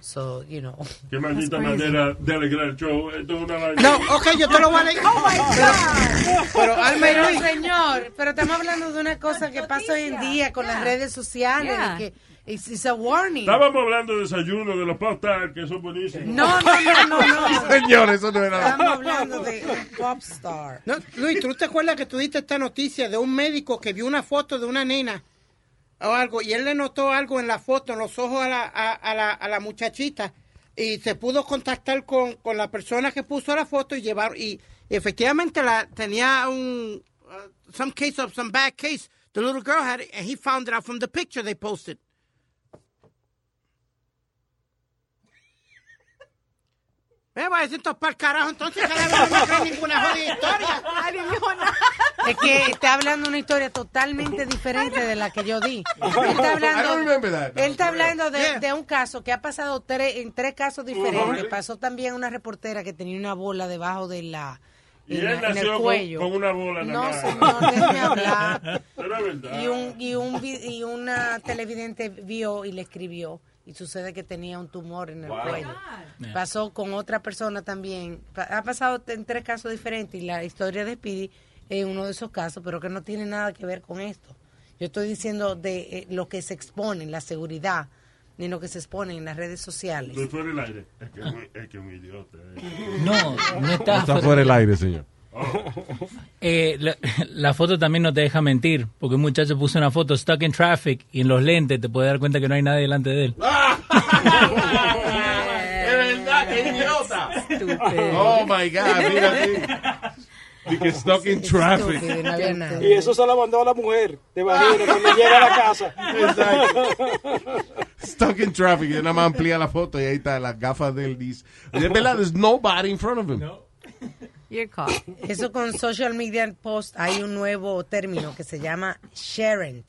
I: So, you know.
N: Qué maldita manera de alegrar el show. Esto es una vaina.
G: No, ok, yo te lo voy a leer. Pero, pero Alma y
I: Oh Pero,
G: Luis,
I: señor, pero estamos hablando de una cosa que pasa hoy en día con las redes sociales.
N: Yeah.
I: de que it's, it's a warning.
N: Estábamos hablando de desayuno de los Popstar, que son buenísimos.
I: No, no, no, no, no.
E: Señor, eso no era.
I: Estamos hablando de un pop star.
G: no, Luis, ¿tú no te acuerdas que tú diste esta noticia de un médico que vio una foto de una nena o algo y él le notó algo en la foto, en los ojos a la, a, a la, a la muchachita y se pudo contactar con, con la persona que puso la foto y llevar y efectivamente la tenía un uh, some case of some bad case. The little girl had it and he found it out from the picture they posted. Me va a decir para el carajo, entonces que la verdad no creo ninguna jodida historia.
I: Es que está hablando una historia totalmente diferente de la que yo di. Él está
E: I don't
I: hablando,
E: remember that.
I: él está hablando de, de un caso que ha pasado tres, en tres casos diferentes. Pasó también una reportera que tenía una bola debajo de la
N: Y
I: en, la-
N: él
I: en
N: nació
I: el
N: con-
I: cuello.
N: con una bola nada
I: No,
N: más.
I: señor, déjeme hablar.
N: Pero es verdad.
I: Y, un, y, un, vi- y una televidente vio y le escribió. Y sucede que tenía un tumor en el
K: Wow.
I: cuello.
K: Yeah.
I: Pasó con otra persona también. Pa- Ha pasado en tres casos diferentes. Y la historia de Speedy es uno de esos casos, pero que no tiene nada que ver con esto. Yo estoy diciendo de eh, lo que se expone, la seguridad, ni lo que se expone en las redes sociales.
N: Estoy fuera del aire. Es que es muy, es que es muy idiota. eh.
P: No, no está.
E: Está fuera el aire, señor.
P: Eh, la, la foto también no te deja mentir, porque un muchacho puso una foto stuck in traffic y en los lentes te puede dar cuenta que no hay nadie delante de él.
E: De verdad, qué idiota. Oh my God, mira aquí. que stuck in
N: Ah,
E: traffic.
H: Y eso se la mandó a la mujer. Te imagino cuando llega a la casa.
E: Stuck in traffic. Y nada más amplía la foto y ahí está las gafas del dis. De verdad, there's nobody in front of him.
J: You're caught.
I: Eso con social media post hay un nuevo término que se llama sharent.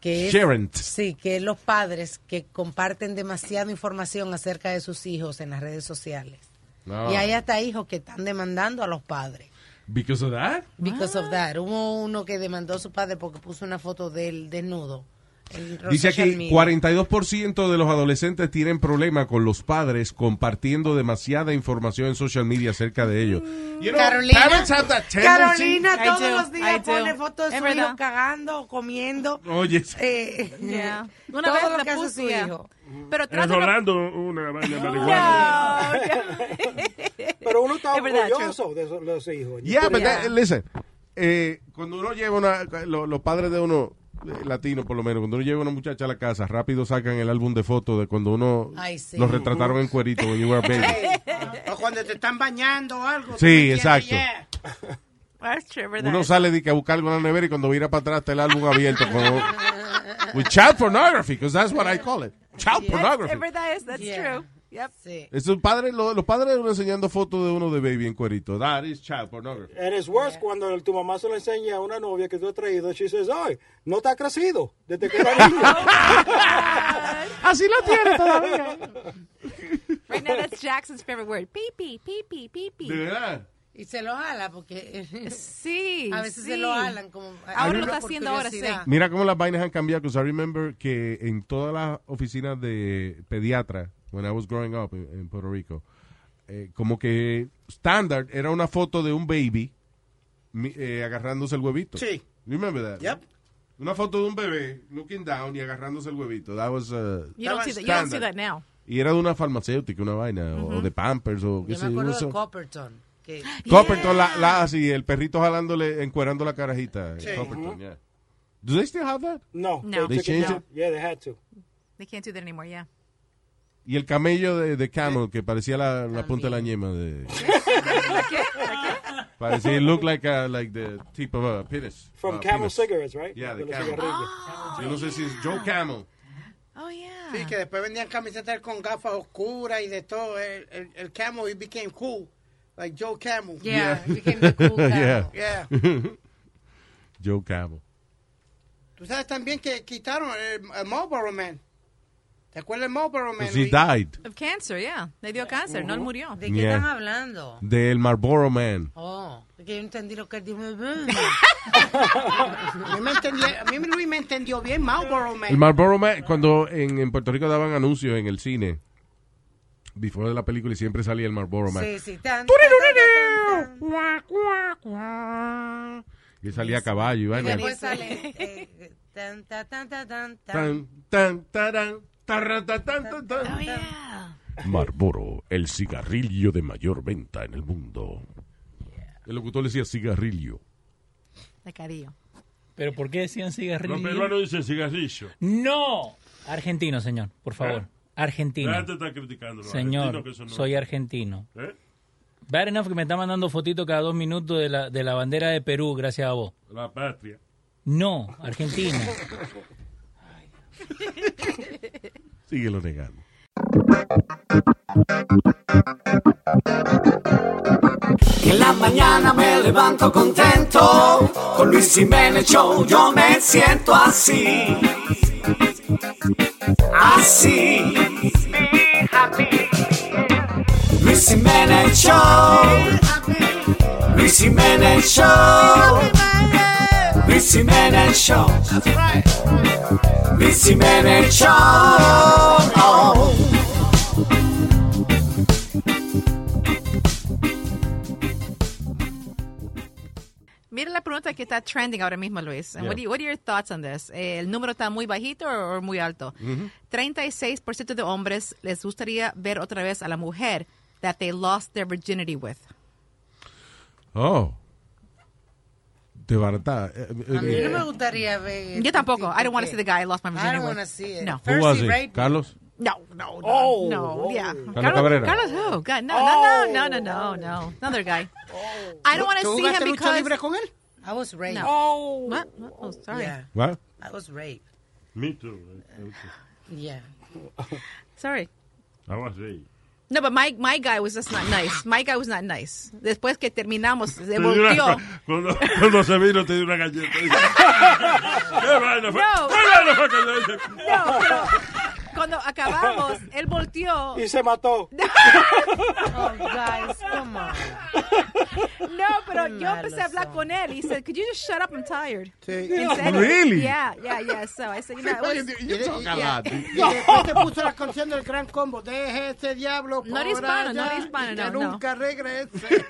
I: Que es,
E: Sharent.
I: Sí, que es los padres que comparten demasiada información acerca de sus hijos en las redes sociales.
E: No.
I: Y hay hasta hijos que están demandando a los padres.
E: Because of that?
I: Because of that. Hubo uno que demandó a su padre porque puso una foto de él desnudo. en los
E: Dice
I: social
E: aquí,
I: media.
E: 42% de los adolescentes tienen problema con los padres compartiendo demasiada información en social media acerca de ellos. You know,
I: Carolina,
E: parents have that tendency-
I: Carolina
K: I
I: todos
K: do,
I: los
K: I
I: días
K: do.
I: pone fotos de
K: Es
I: su
K: verdad.
I: hijo cagando, comiendo.
E: Oye,
I: Eh,
J: Yeah. Una
I: todo
J: vez
I: lo
J: la
I: que hace
J: puse,
I: su
J: yeah.
I: hijo.
J: Pero trata de-
N: Enrolando una vaina de marihuana.
H: Pero uno está
J: Es verdad,
H: orgulloso de so- los hijos.
E: Yeah, but that- pues, listen, eh, cuando uno lleva una, lo- los padres de uno eh, latino por lo menos, cuando uno lleva una muchacha a la casa, rápido sacan el álbum de fotos de cuando uno
G: Ay, sí.
E: los retrataron en cuerito when you were a baby.
G: o cuando te están bañando o algo.
E: Sí,
G: tú me entiendes,
E: exacto.
G: yeah.
J: That's true, ¿verdad?
E: Uno sale de que a buscar algo en la nevera y cuando vira para atrás está el álbum abierto. Como, with child pornography, because that's what I call it. Child
J: That's-
E: pornography.
J: Es verdad, es- that's
I: Yeah.
J: true. Yep.
E: Esos padres, lo- los padres de uno enseñando fotos de uno de baby en cuerito. That is child pornography.
H: It is worse cuando el- tu mamá se lo enseña a una novia que tú has traído. She says, ay, no te ha crecido desde que era niño.
E: Así lo tiene todavía.
J: Right now, that's Jackson's favorite word. Peepee, peepee, peepee.
E: ¿De verdad?
I: Y se lo jala porque
J: sí,
I: a veces
J: sí.
I: se lo jalan como
J: Ahora lo
I: por
J: está haciendo ahora, sí.
I: curiosidad.
E: Mira cómo las vainas han cambiado. Because I remember que en todas las oficinas de pediatra, when I was growing up in- en Puerto Rico, eh, como que standard era una foto de un baby mi- eh, agarrándose el huevito.
N: Sí.
E: Remember that?
N: Yep.
E: Una foto de un bebé looking down y agarrándose el huevito. That was uh,
J: You don't, see that, you don't see that
E: standard.
J: now.
E: Y era de una farmacéutica, una vaina, o- o de Pampers, o qué
I: Yo me
E: sé yo.
I: acuerdo
E: eso.
I: de Copperton. Que,
E: Copperton, la, la- así, el perrito jalándole, encuerando la carajita.
J: Sí.
E: Copperton,
J: Ujú.
E: yeah. Do they still have that?
H: No.
J: No.
E: They changed it?
H: Yeah, they had to.
J: They can't do that anymore, yeah.
E: Y el camello de, de Camel, que parecía la, la punta de la ñema. De, parecía, it looked like, a, like the tip of a penis.
H: From
E: Uh,
H: Camel
E: penis.
H: cigarettes, right?
E: Yeah, the
H: De los
E: Camel.
H: cigarrillos.
E: Yo no sé si es Joe Camel.
J: Oh, yeah.
G: Sí, que después vendían camisetas con gafas oscuras y de todo. El, el, el Camel, he became cool. Like Joe Camel.
E: Yeah, Yeah.
G: became
E: the cool Camel.
G: Yeah.
E: Yeah. Joe Camel.
G: Tú sabes también que quitaron el, el Marlboro Man. ¿Te acuerdas del Marlboro Man?
E: Pues he died.
J: Of cancer, yeah. Le dio cáncer, no él murió.
I: ¿De qué
E: Yeah.
I: están hablando?
E: Del Marlboro Man.
I: Oh, es que yo entendí lo que él dijo.
G: A mí, me entendía- a mí Luis me entendió bien Marlboro Man.
E: El Marlboro Man, cuando en, en Puerto Rico daban anuncios en el cine, before de la película, y siempre salía el Marlboro Man.
I: Sí, sí, tan,
E: Y salía a caballo y
I: Y
E: vaina.
I: después sale. eh, tan, ta, tan, ta, tan, tan.
E: Tan, tan, tarán, tarra, ta, tan, tan, tan.
I: Oh, yeah.
E: Marlboro, el cigarrillo de mayor venta en el mundo. El locutor decía cigarrillo.
J: La carillo.
P: ¿Pero por qué decían cigarrillo?
N: Los peruanos dicen cigarrillo.
P: ¡No! Argentino, señor, por favor.
N: ¿Eh?
P: Argentino.
N: Ya te está criticando, los
P: Señor,
N: argentinos que son los-
P: soy argentino.
N: ¿Eh?
P: Bad enough que me está mandando fotito cada dos minutos de la, de la bandera de Perú, gracias a vos.
N: La patria.
P: No, Argentina.
E: Síguelo negando.
Q: Y en la mañana me levanto contento, con Luis Jiménez Show yo me siento así. Así. Luis Jiménez Show. Luis Jiménez Show. Luis Jiménez Show. Luis Jiménez Show. Oh.
J: Mira la pregunta que está trending ahora mismo, Luis. And
M: Yeah.
J: what, do you- what are your thoughts on this? Eh, ¿El número está muy bajito o o muy alto?
E: Mm-hmm.
J: 36% de hombres les gustaría ver otra vez a la mujer that they lost their virginity with.
E: Oh. De barata. Eh,
I: A mí no me gustaría ver.
J: Eh, Yo tampoco.
F: este
J: I don't want to
I: que-
J: see the guy I lost my
I: I
J: virginity
I: don't
J: with.
I: wanna see it.
J: No.
E: Who was it? Carlos.
J: No, no, no,
I: Oh.
J: no, yeah.
E: Carlos Cabrera.
J: Carlos, who? God, no, no, no, no, no, no, no. Another guy. I don't want to
I: Oh. ¿Tú
J: see
I: jugaste
J: him
I: lucha
J: because...
I: libre
G: con él?
I: I was raped.
J: No.
G: Oh.
J: What? What? Oh, sorry.
I: Yeah.
E: What?
I: I was raped.
N: eh, Me too.
I: Yeah.
J: Sorry.
N: I was raped.
J: No, but my, my guy was just not nice. My guy was not nice. Después que terminamos, se
N: Te di una-
J: volteó.
N: cuando, cuando se vino te dio una galleta. ¿Qué vaina fue?
J: No.
N: ¿Qué vaina fue que yo hice?
J: No, pero cuando acabamos, él volteó.
H: Y se mató.
J: Oh, guys, come on. No, pero yo empecé a hablar con él. He said, could you just shut up? I'm tired. He said it.
E: Eh, Really?
J: Yeah, yeah, yeah. So I said, you know, it was-
G: Y después te puso la canción del gran combo. Deje ese diablo.
J: No
G: por
J: eres hispano, no
G: allá,
J: eres hispano, no,
G: que
J: no.
G: nunca regrese.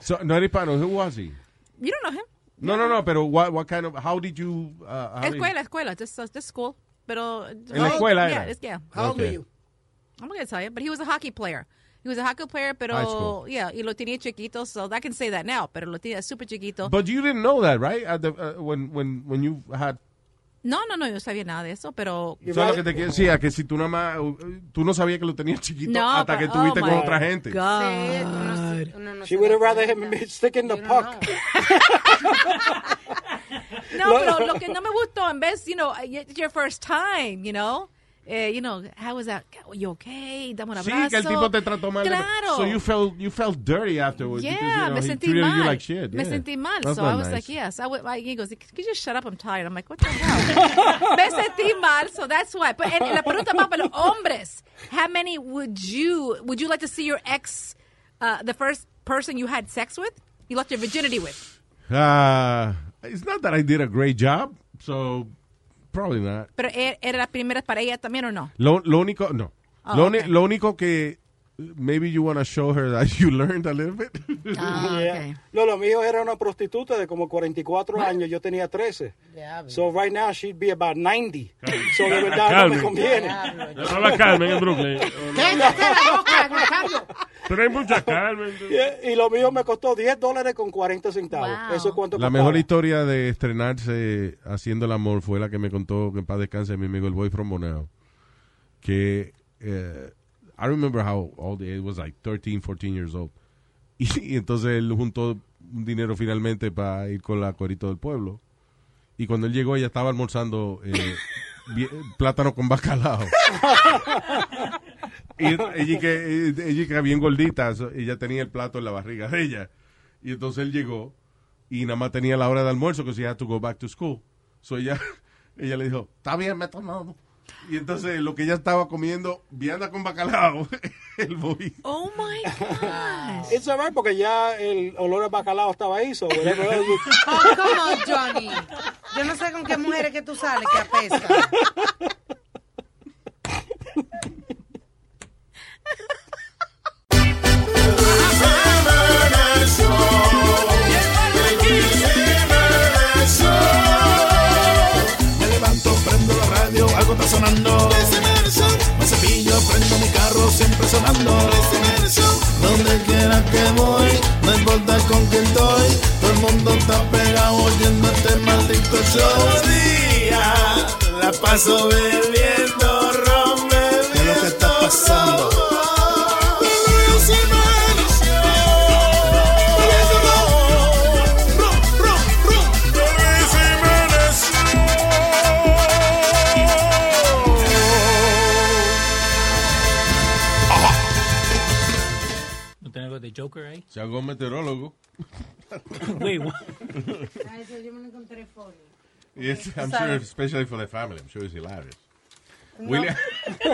E: So, no era hispano. Who was he?
J: You don't know him.
E: No, no, no, pero what, what kind of, how did you, uh, how did-
J: Escuela, escuela. Just, uh, just school. Pero,
E: En la escuela
J: yeah,
E: era.
J: it's- yeah.
E: How old were Okay. you?
J: I'm going to tell you. But he was a hockey player. He was a hockey player,
E: High
J: pero,
E: school.
J: yeah, y lo tenía chiquito. So I can say that now. Pero lo tenía super chiquito.
E: But you didn't know that, right? At the, uh, when, when, when you had,
J: No, no, no, yo no sabía nada de eso, pero...
E: ¿sabes lo que te quiero decir? A Que si tú nada más, uh, tú no sabías que lo tenías chiquito
J: No,
E: hasta que
J: pero-
E: estuviste
J: oh
E: con
J: my
E: otra gente.
H: She would have rather him stick in the puck.
J: eh, No, pero lo que no me gustó, en vez, you know, it's your first time, you know? eh, you know, how was that? You okay? Dame un
E: Sí,
J: abrazo.
E: que el tipo te trató mal.
J: Claro.
E: So you felt, you felt dirty afterwards.
J: Yeah,
E: because, you know,
J: me
E: he
J: sentí
E: treated
J: mal.
E: You like shit.
J: Me
E: yeah.
J: sentí mal.
E: That's
J: so
E: not
J: I was
E: nice.
J: like, yes. I was, like, he goes, could you just shut up? I'm tired. I'm like, what the hell? me sentí mal. So that's why. But and, la pregunta más para los hombres. How many would you, would you like to see your ex, uh, the first person you had sex with? You left your virginity with.
E: Uh, it's not that I did a great job, so probably not.
J: Pero er- era la primera para ella también o no?
E: Lo, lo único, no.
J: Oh,
E: lo, uni-
J: okay.
E: lo único que, maybe you want to show her that you learned a little bit.
J: Ah,
H: Yeah. No, lo mío era una prostituta de como 44 años, yo tenía 13. So right now she'd be about 90. So de verdad no me
N: Carmen.
H: conviene.
N: No la Carmen en Brooklyn. Pero hay mucha Carmen.
H: Y, y lo mío me costó 10 dólares con 40 centavos. Eso es cuánto
E: La
H: costaba.
E: mejor historia de estrenarse haciendo el amor fue la que me contó que en paz descanse mi amigo el boy from Bonao. Que eh, I remember how old it was like 13, 14 years old. Y, y entonces él juntó un dinero finalmente para ir con la corito del pueblo. Y cuando él llegó ella estaba almorzando eh, vi- plátano con bacalao. Y ella que, ella que era bien gordita, so- ella tenía el plato en la barriga de ella. Y entonces él llegó y nada más tenía la hora de almuerzo, que se had to go back to school. So ella, ella le dijo, está bien, me tomamos. Y entonces lo que ella estaba comiendo, vianda con bacalao, el boy.
J: Oh my gosh.
H: It's alright porque ya el olor a bacalao estaba ahí. So whatever else you-
F: Oh, come on, Johnny. Yo no sé con qué mujeres que tú sales que apestan.
M: Me levanto, prendo la radio, algo está sonando. Me cepillo, prendo mi carro, siempre sonando. Donde quiera que voy, no importa con quién estoy. Todo el mundo está pegado oyendo este maldito show. día, la paso bebiendo ron, ¿Qué es lo que está pasando?
P: ¿No tenés algo de Joker ahí?
E: Se hago un meteorólogo.
P: Wait, what?
F: eso yo me lo encontré funny.
E: Yes, I'm
F: Tú
E: sure,
F: sabes.
E: especially for the family, I'm sure it's hilarious.
F: No.
E: William-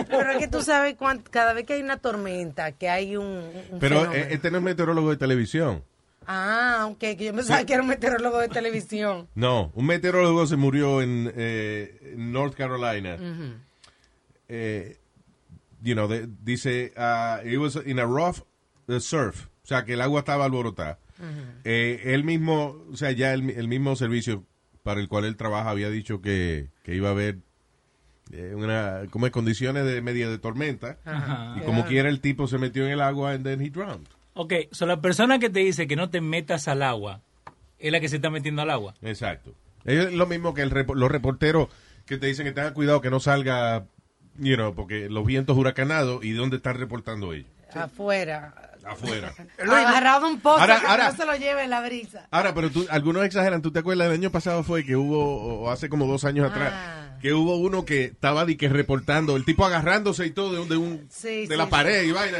F: Pero es que tú sabes, cuán- cada vez que hay una tormenta, que hay un. un
E: Pero
F: fenómeno.
E: eh, este no es meteorólogo de televisión.
F: Ah, ok, que yo pensaba que era un meteorólogo de televisión.
E: No, un meteorólogo se murió en eh, en North Carolina.
I: Mm.
F: Ujú.
E: eh, you know, de- dice, ah, it was in a rough uh, surf, o sea, que el agua estaba alborotada. Eh, él mismo, o sea, ya el, mi- el mismo servicio para el cual él trabaja había dicho que, que iba a haber eh, una, como es, condiciones de media de tormenta.
P: Ajá.
E: Y como
P: Claro.
E: quiera, el tipo se metió en el agua and then he drowned.
P: Ok, so la persona que te dice que no te metas al agua es la que se está metiendo al agua.
E: Exacto. Es lo mismo que el repo- los reporteros que te dicen que tengan cuidado que no salga, you know, porque los vientos huracanados y dónde están reportando ellos.
F: Afuera.
E: Afuera.
F: Agarrado un pozo
E: Eh, Ahora-
F: que
E: ahora-
F: no se lo lleve la brisa.
E: Ahora, pero tú, algunos exageran. ¿Tú te acuerdas? El año pasado fue que hubo, o hace como dos años atrás,
F: Ah.
E: que hubo uno que estaba de que reportando, el tipo agarrándose y todo de, un, de, un-
F: Sí,
E: de
F: sí,
E: la
F: sí.
E: pared y vaina.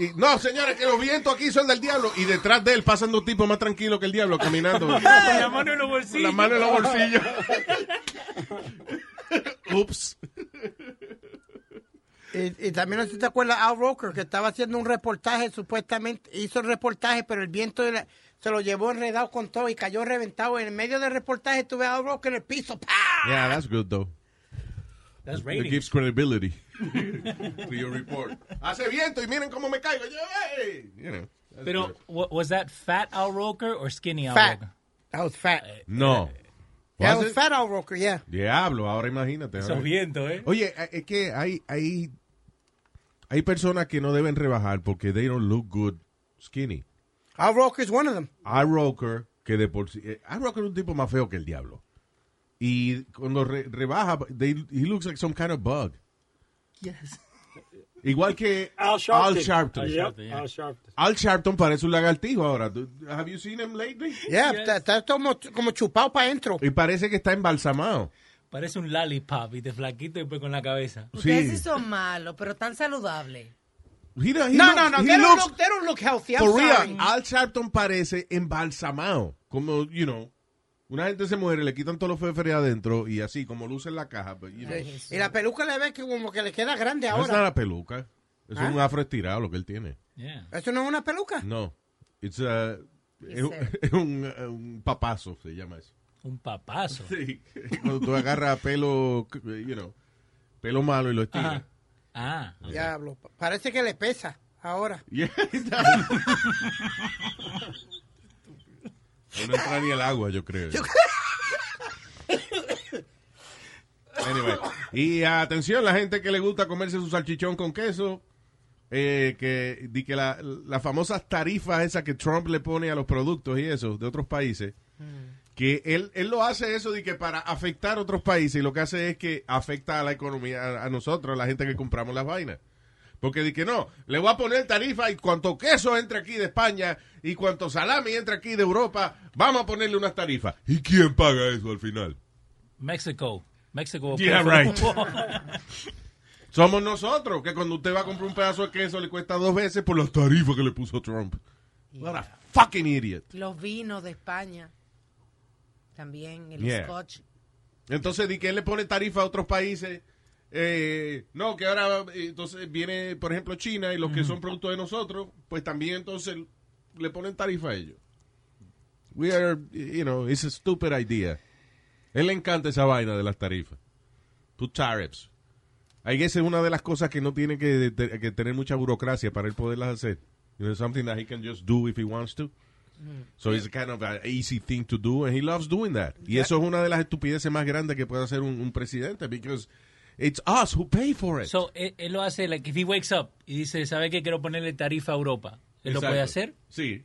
E: Y, no, señores, que los vientos aquí son del diablo. Y detrás de él pasan dos tipos más tranquilos que el diablo caminando. Con
P: la mano en los bolsillos.
E: la mano en los bolsillos. Ups.
G: Y, y también no sé si te acuerdas Al Roker que estaba haciendo un reportaje, supuestamente hizo el reportaje, pero el viento de la- se lo llevó enredado con todo y cayó reventado. En el medio del reportaje tuve a Al Roker en el piso. ¡pa!
E: Yeah, that's good though.
P: That's
E: It
P: ratings.
E: gives credibility to your report. Hace viento y miren cómo me caigo. Yo, hey! You know, that's
P: Pero,
E: good.
P: wa- ¿was that fat Al Roker or skinny Al
G: Fat.
P: Roker? Eh,
G: That was fat.
E: no.
G: That
E: Was
G: was
E: it?
G: fat Al Roker, yeah.
E: Eh, Diablo, ahora imagínate.
P: Esos vientos, ¿eh?
E: Oye, eh, es que hay, hay, hay personas que no deben rebajar porque they don't look good skinny.
G: Al Roker is one of them.
E: I Roker, que de por sí. eh, I Roker es un tipo más feo que el diablo. Y cuando re- rebaja, they, he looks like some kind of bug.
P: Yes.
E: Igual que
H: Al Sharpton.
E: Al Sharpton.
H: Al Sharpton, yeah. Al Sharpton.
E: Al Sharpton parece un lagartijo ahora. ¿Tú- Have you seen him lately?
G: Yeah, está, está como, como chupado para adentro.
E: Y parece que está embalsamado.
P: Parece un lollipop y te flaquito y después con la cabeza.
I: Ustedes sí son malos, pero tan saludables.
G: No, no, no, they don't look, they don't look healthy. I'm
E: For real,
G: sorry.
E: Al Sharpton parece embalsamado. Como, you know, una gente se muere, le quitan todos los feferes adentro y así, como luce en la caja. But, you know,
G: Sí. Y la peluca le ve que como que le queda grande
E: no es nada
G: ahora.
E: peluca. Es
G: ¿Ah?
E: un afro estirado lo que él tiene.
G: ¿Eso no es una peluca?
E: No. It's a-
G: Yes,
E: es, un-
G: sir.
E: es un, eh, un papazo, se llama eso.
P: Un papazo.
E: Sí. Cuando tú agarras pelo, you know, pelo malo y lo estiras.
P: Ah.
G: Diablo. Parece que le pesa ahora.
E: Yeah, it does. No entra ni el agua, yo creo. Anyway. Y atención, la gente que le gusta comerse su salchichón con queso, eh, que, di que la- las famosas tarifas esas que Trump le pone a los productos y eso de otros países, que él, él lo hace eso de que para afectar a otros países, y lo que hace es que afecta a la economía, a, a nosotros, a la gente que compramos las vainas. Porque di que no, le voy a poner tarifa y cuanto queso entre aquí de España y cuanto salami entre aquí de Europa, vamos a ponerle unas tarifas. ¿Y quién paga eso al final?
P: México. México.
E: Yeah, right. Somos nosotros, que cuando usted va a comprar un pedazo de queso le cuesta dos veces por las tarifas que le puso Trump. What a fucking idiot.
I: Los vinos de España. También el
E: Yeah.
I: scotch.
E: Entonces, di que él le pone tarifa a otros países. eh, no, que ahora eh, entonces viene, por ejemplo, China y los que son productos de nosotros, pues también entonces le ponen tarifa a ellos. We are, you know, it's a stupid idea. Él le encanta esa vaina de las tarifas. Two tariffs. I guess es una de las cosas que no tiene que, que tener mucha burocracia para él poderlas hacer. You know, something that he can just do if he wants to.
P: Mm.
E: So it's kind of an easy thing to do, and he loves doing that. Y eso es una de las estupideces más grandes que puede hacer un, un presidente, because it's us who pay for it.
P: So, e, él, él lo hace, like, if he wakes up y dice, ¿sabe qué? Quiero ponerle tarifa a Europa. ¿Él lo
E: Exacto.
P: puede hacer?
E: Sí.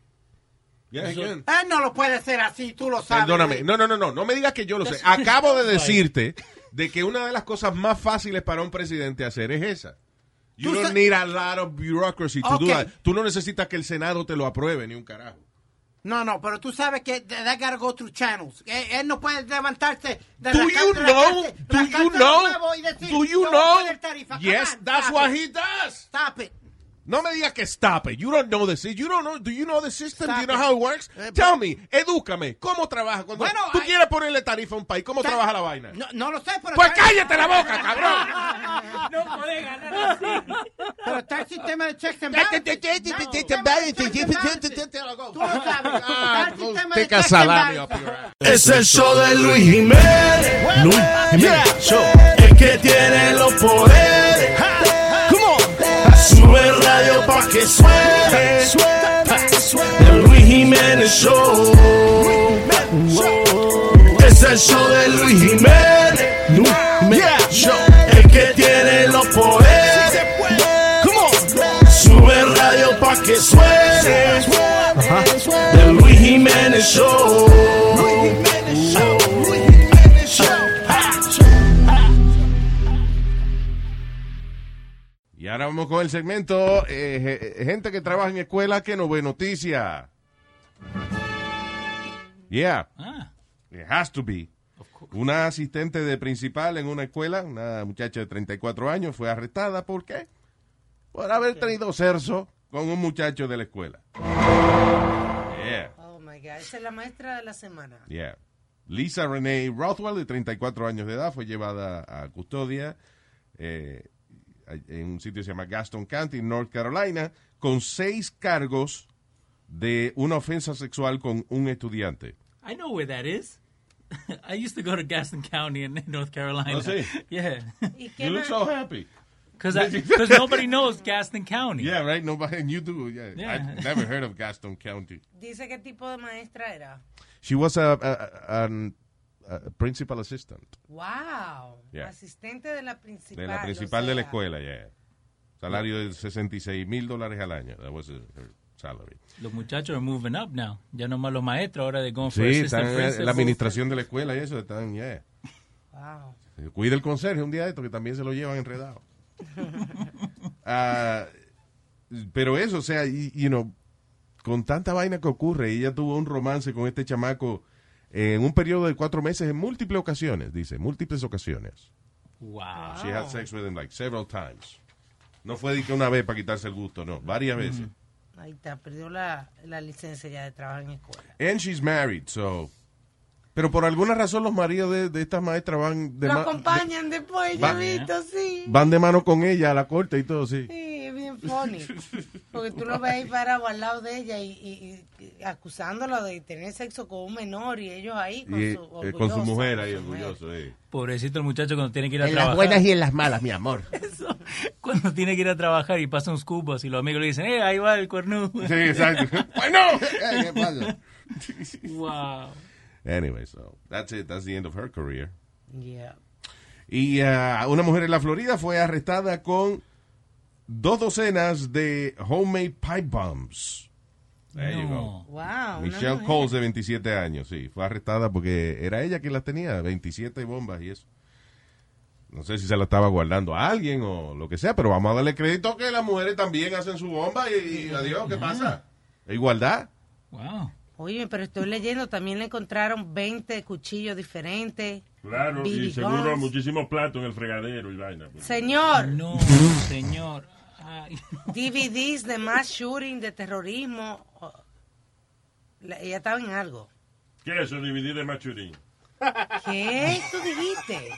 E: Yeah,
P: Eso-
E: again.
G: Él no lo puede hacer así, tú lo sabes.
E: Perdóname. No, no, no, no. No me digas que yo lo sé. Acabo de decirte de que una de las cosas más fáciles para un presidente hacer es esa. You don't need a lot of bureaucracy to do
G: Ok.
E: that. Tú no necesitas que el Senado te lo apruebe ni un carajo.
G: No, no, pero tú sabes que they gotta go through channels. Eh, Él, no puede levantarse de
E: Do you know? Do you know? Do you know? Yes, that's what he does.
G: Stop it.
E: No me digas que stop it. You don't know the system. You don't know. Do you know the system?
G: Stop
E: do you
G: it.
E: know
G: Eh, pues.
E: how it works? Tell me. Edúcame. ¿Cómo trabaja? Cuando
G: Bueno,
E: tú
G: I-
E: quieres ponerle tarifa a un país, ¿cómo trabaja la vaina?
G: No, no lo sé, pero...
E: Pues
G: está-
E: cállate la boca, cabrón.
G: No puede ganar así. Pero está el sistema de checks and balances. No, Tú lo sabes. Está el sistema de checks and balances.
M: Es el show de Luis Jiménez. Luis Jiménez Show. El que tiene los poderes. Come on. Sube el radio pa' que suene. El Luis Jiménez Show. Es el show de Luis Jiménez. Luis Jiménez Show. El que tiene los poderes. Come on. Sube el radio pa' que suene. El Luis Jiménez Show.
E: Y ahora vamos con el segmento eh, je- gente que trabaja en escuelas que no ve noticias. Yeah.
G: Ah.
E: It has to be. Una asistente de principal en una escuela, una muchacha de 34 años, fue arrestada. ¿Por qué? Por haber tenido cerzo con un muchacho de la escuela. Yeah.
I: Oh my God. Esa es la maestra de la semana.
E: Yeah. Lisa Renee Rothwell, de 34 años de edad, fue llevada a custodia eh, en un sitio que se llama Gaston County, North Carolina, con seis cargos de una ofensa sexual con un estudiante.
P: I know where that is. I used to go to Gaston County in North Carolina.
E: Oh, sí.
P: Yeah.
E: You look so happy.
P: Because nobody knows Gaston County.
E: Yeah, right? Nobody, and you do. Yeah.
P: Yeah.
E: I've never heard of Gaston County.
I: Dice qué tipo de maestra era.
E: She was a, a- a- an- a principal assistant
I: Wow.
E: Yeah.
I: Asistente de la principal.
E: de la principal de la
I: o sea,
E: escuela, yeah. Salario de 66 mil dólares al año. That was uh, her salary.
P: Los muchachos are moving up now. Ya no más los maestros, ahora de going for
E: Sí,
P: assistant
E: están en la
P: principal.
E: administración de la escuela y eso, están, yeah.
I: Wow.
E: Cuida el conserje un día de esto, que también se lo llevan enredado. Ah, pero eso, o sea, y- you know, con tanta vaina que ocurre, ella tuvo un romance con este chamaco en un periodo de cuatro meses en múltiples ocasiones, dice, múltiples ocasiones.
P: Wow.
E: She had sex with him like several times. No fue de que una vez para quitarse el gusto, no, varias veces.
I: Ahí está, perdió la, la licencia ya de trabajo en escuela.
E: And she's married, so. Pero por alguna razón los maridos de, de estas maestras van de,
I: Lo
E: ma-
I: acompañan después,
E: Va-
I: yo he visto, sí.
E: van de mano con ella a la corte y todo, sí.
I: Sí, es bien funny. Porque tú lo ves ahí parado al lado de ella y, y- y acusándola de tener sexo con un menor y ellos ahí con
E: Y,
I: su,
E: eh, con
I: orgullosos.
E: su mujer ahí, orgulloso. eh.
P: Pobrecito el muchacho cuando tiene que ir a
E: En las
P: trabajar.
E: buenas y en las malas, mi amor.
P: Cuando tiene que ir a trabajar y pasa unos cubos y los amigos le dicen, eh, ahí va el cuernudo.
E: Sí, exacto.
P: ¡Bueno!
E: Eh, ¿Qué pasa?
P: wow.
E: Anyway, so that's it. That's the end of her career.
I: Yeah.
E: Y ah, una mujer en la Florida fue arrestada con dos docenas de homemade pipe bombs. There you go.
I: Wow.
E: Oh. Michelle Coles, de 27 años, sí. Fue arrestada porque era ella quien las tenía, 27 bombas y eso. No sé si se la estaba guardando a alguien o lo que sea, pero vamos a darle crédito que las mujeres también hacen su bomba y, y adiós, ¿qué pasa? ¿E Igualdad.
P: Wow.
I: Oye, pero estoy leyendo, también le encontraron 20 cuchillos diferentes.
N: Claro, y
I: BB
N: seguro
I: guns.
N: muchísimos platos en el fregadero y vaina. pues.
I: Señor.
P: No, señor. Ay.
I: DVDs de más shooting, de terrorismo. Oh, la- Ella estaba en algo.
N: ¿Qué es eso? Dividir de machurín.
I: ¿Qué? ¿Tú dijiste?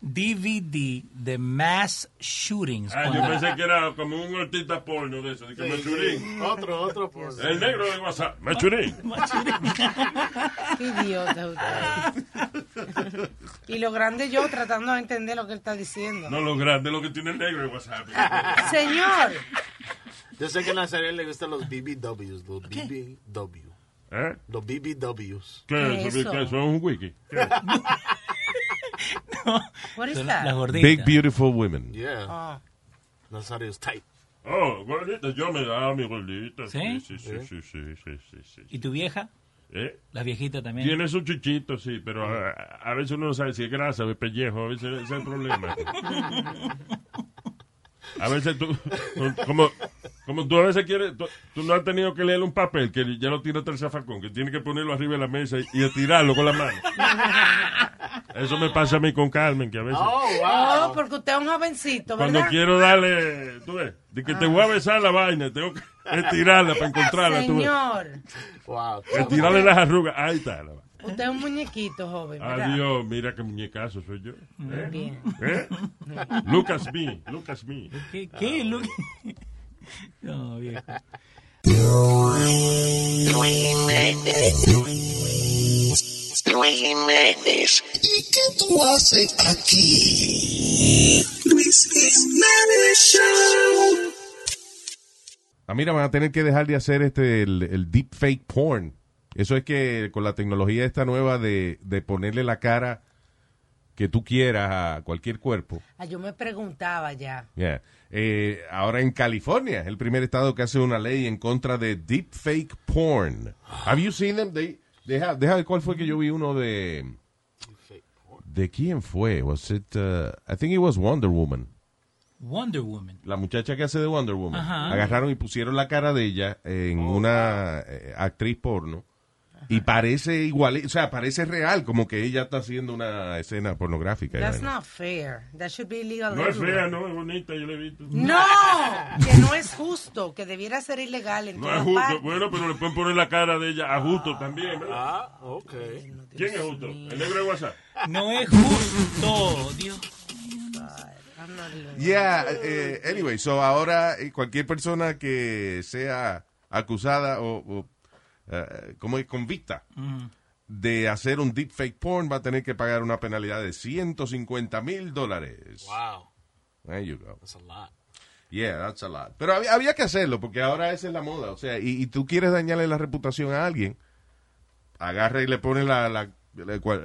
P: DVD de mass shootings.
N: Ah, yo
P: Cuando-
N: pensé que era como un artista porno de eso, de que machurín.
R: Otro, otro. por-
N: El negro de WhatsApp, machurín.
I: Qué idiota usted. Y lo grande yo tratando de entender lo que él está diciendo.
N: No, lo grande es lo que tiene el negro de WhatsApp.
I: Señor.
R: Yo sé que a Nazaret le gustan los BBWs, los BBW.
N: ¿Eh?
R: Los BBWs.
N: ¿Qué es eso? ¿Qué es eso? ¿Es un wiki?
I: What is
R: Son
I: that?
R: las gorditas.
E: Big, beautiful women.
R: Yeah.
P: Ah.
I: Oh.
R: Nazaret is tight.
N: Oh, gordita, yo me daba mi gordita.
P: ¿Sí?
N: Sí, sí, sí, sí, sí, sí, sí.
P: ¿Y tu vieja?
N: ¿Eh?
P: La viejita también.
N: Tiene su chichito, sí, pero a, a veces uno no sabe si es grasa o es pellejo, a veces ese es el problema. A veces tú, como, como tú a veces quieres, tú, tú no has tenido que leer un papel que ya lo tira hasta el zafacón, que tiene que ponerlo arriba de la mesa y, y estirarlo con la mano. Eso me pasa a mí con Carmen, que a veces...
I: Oh, porque usted es un jovencito,
N: Cuando
I: ¿verdad? Ah.
N: quiero darle, tú ves, de que te voy a besar la vaina, tengo que estirarla para encontrarla, tú ves.
I: Señor.
R: Wow.
N: Estirarle las arrugas, ahí está. la vaina.
I: Usted es un muñequito joven, ¿verdad?
N: Adiós, Ah, mira qué muñecazo soy yo.
I: Muy
N: ¿Eh?
I: bien.
N: ¿Eh? Lucas me, Lucas Ah, me.
P: ¿Qué? qué? Lu- no, viejo.
O: Luis Jiménez. ¿Y qué tú haces aquí? Luis Jiménez Show.
E: Ah, mira, van a tener que dejar de hacer este el, el deepfake porn. Eso es que con la tecnología esta nueva de, de ponerle la cara que tú quieras a cualquier cuerpo.
I: Ah, yo me preguntaba ya.
E: Yeah. Eh, ahora en California, es el primer estado que hace una ley en contra de deepfake porn. Have you seen them? They, they have- deja ver cuál fue que yo vi uno de... ¿De quién fue? Was it, uh, I think it was Wonder Woman.
P: Wonder Woman.
E: La muchacha que hace de Wonder Woman.
P: Ajá.
E: Agarraron y pusieron la cara de ella en una eh, actriz porno. Y parece igual, o sea, parece real, como que ella está haciendo una escena pornográfica. y
I: That's
E: vaina.
I: not fair. That should be legal.
N: No es
I: everywhere.
N: fea, no, es bonita, yo la he visto.
I: No, que no es justo, que debiera ser ilegal en
N: No es
I: todas
N: justo,
I: partes.
N: bueno, pero le pueden poner la cara de ella a justo también, ¿verdad?
R: Ah, ok.
N: ¿Quién es justo? ¿El negro de WhatsApp?
P: No es justo, Dios.
N: Ah,
E: Yeah, eh, anyway, so ahora eh, cualquier persona que sea acusada o, o, eh, como es convicta
P: Mm.
E: de hacer un deepfake porn va a tener que pagar una penalidad de 150 mil dólares.
R: Wow.
E: There you go.
R: That's a lot.
E: Yeah, that's a lot. Pero había, había que hacerlo porque ahora esa es la moda. O sea, y, y tú quieres dañarle la reputación a alguien, agarra y le pones la, la, la-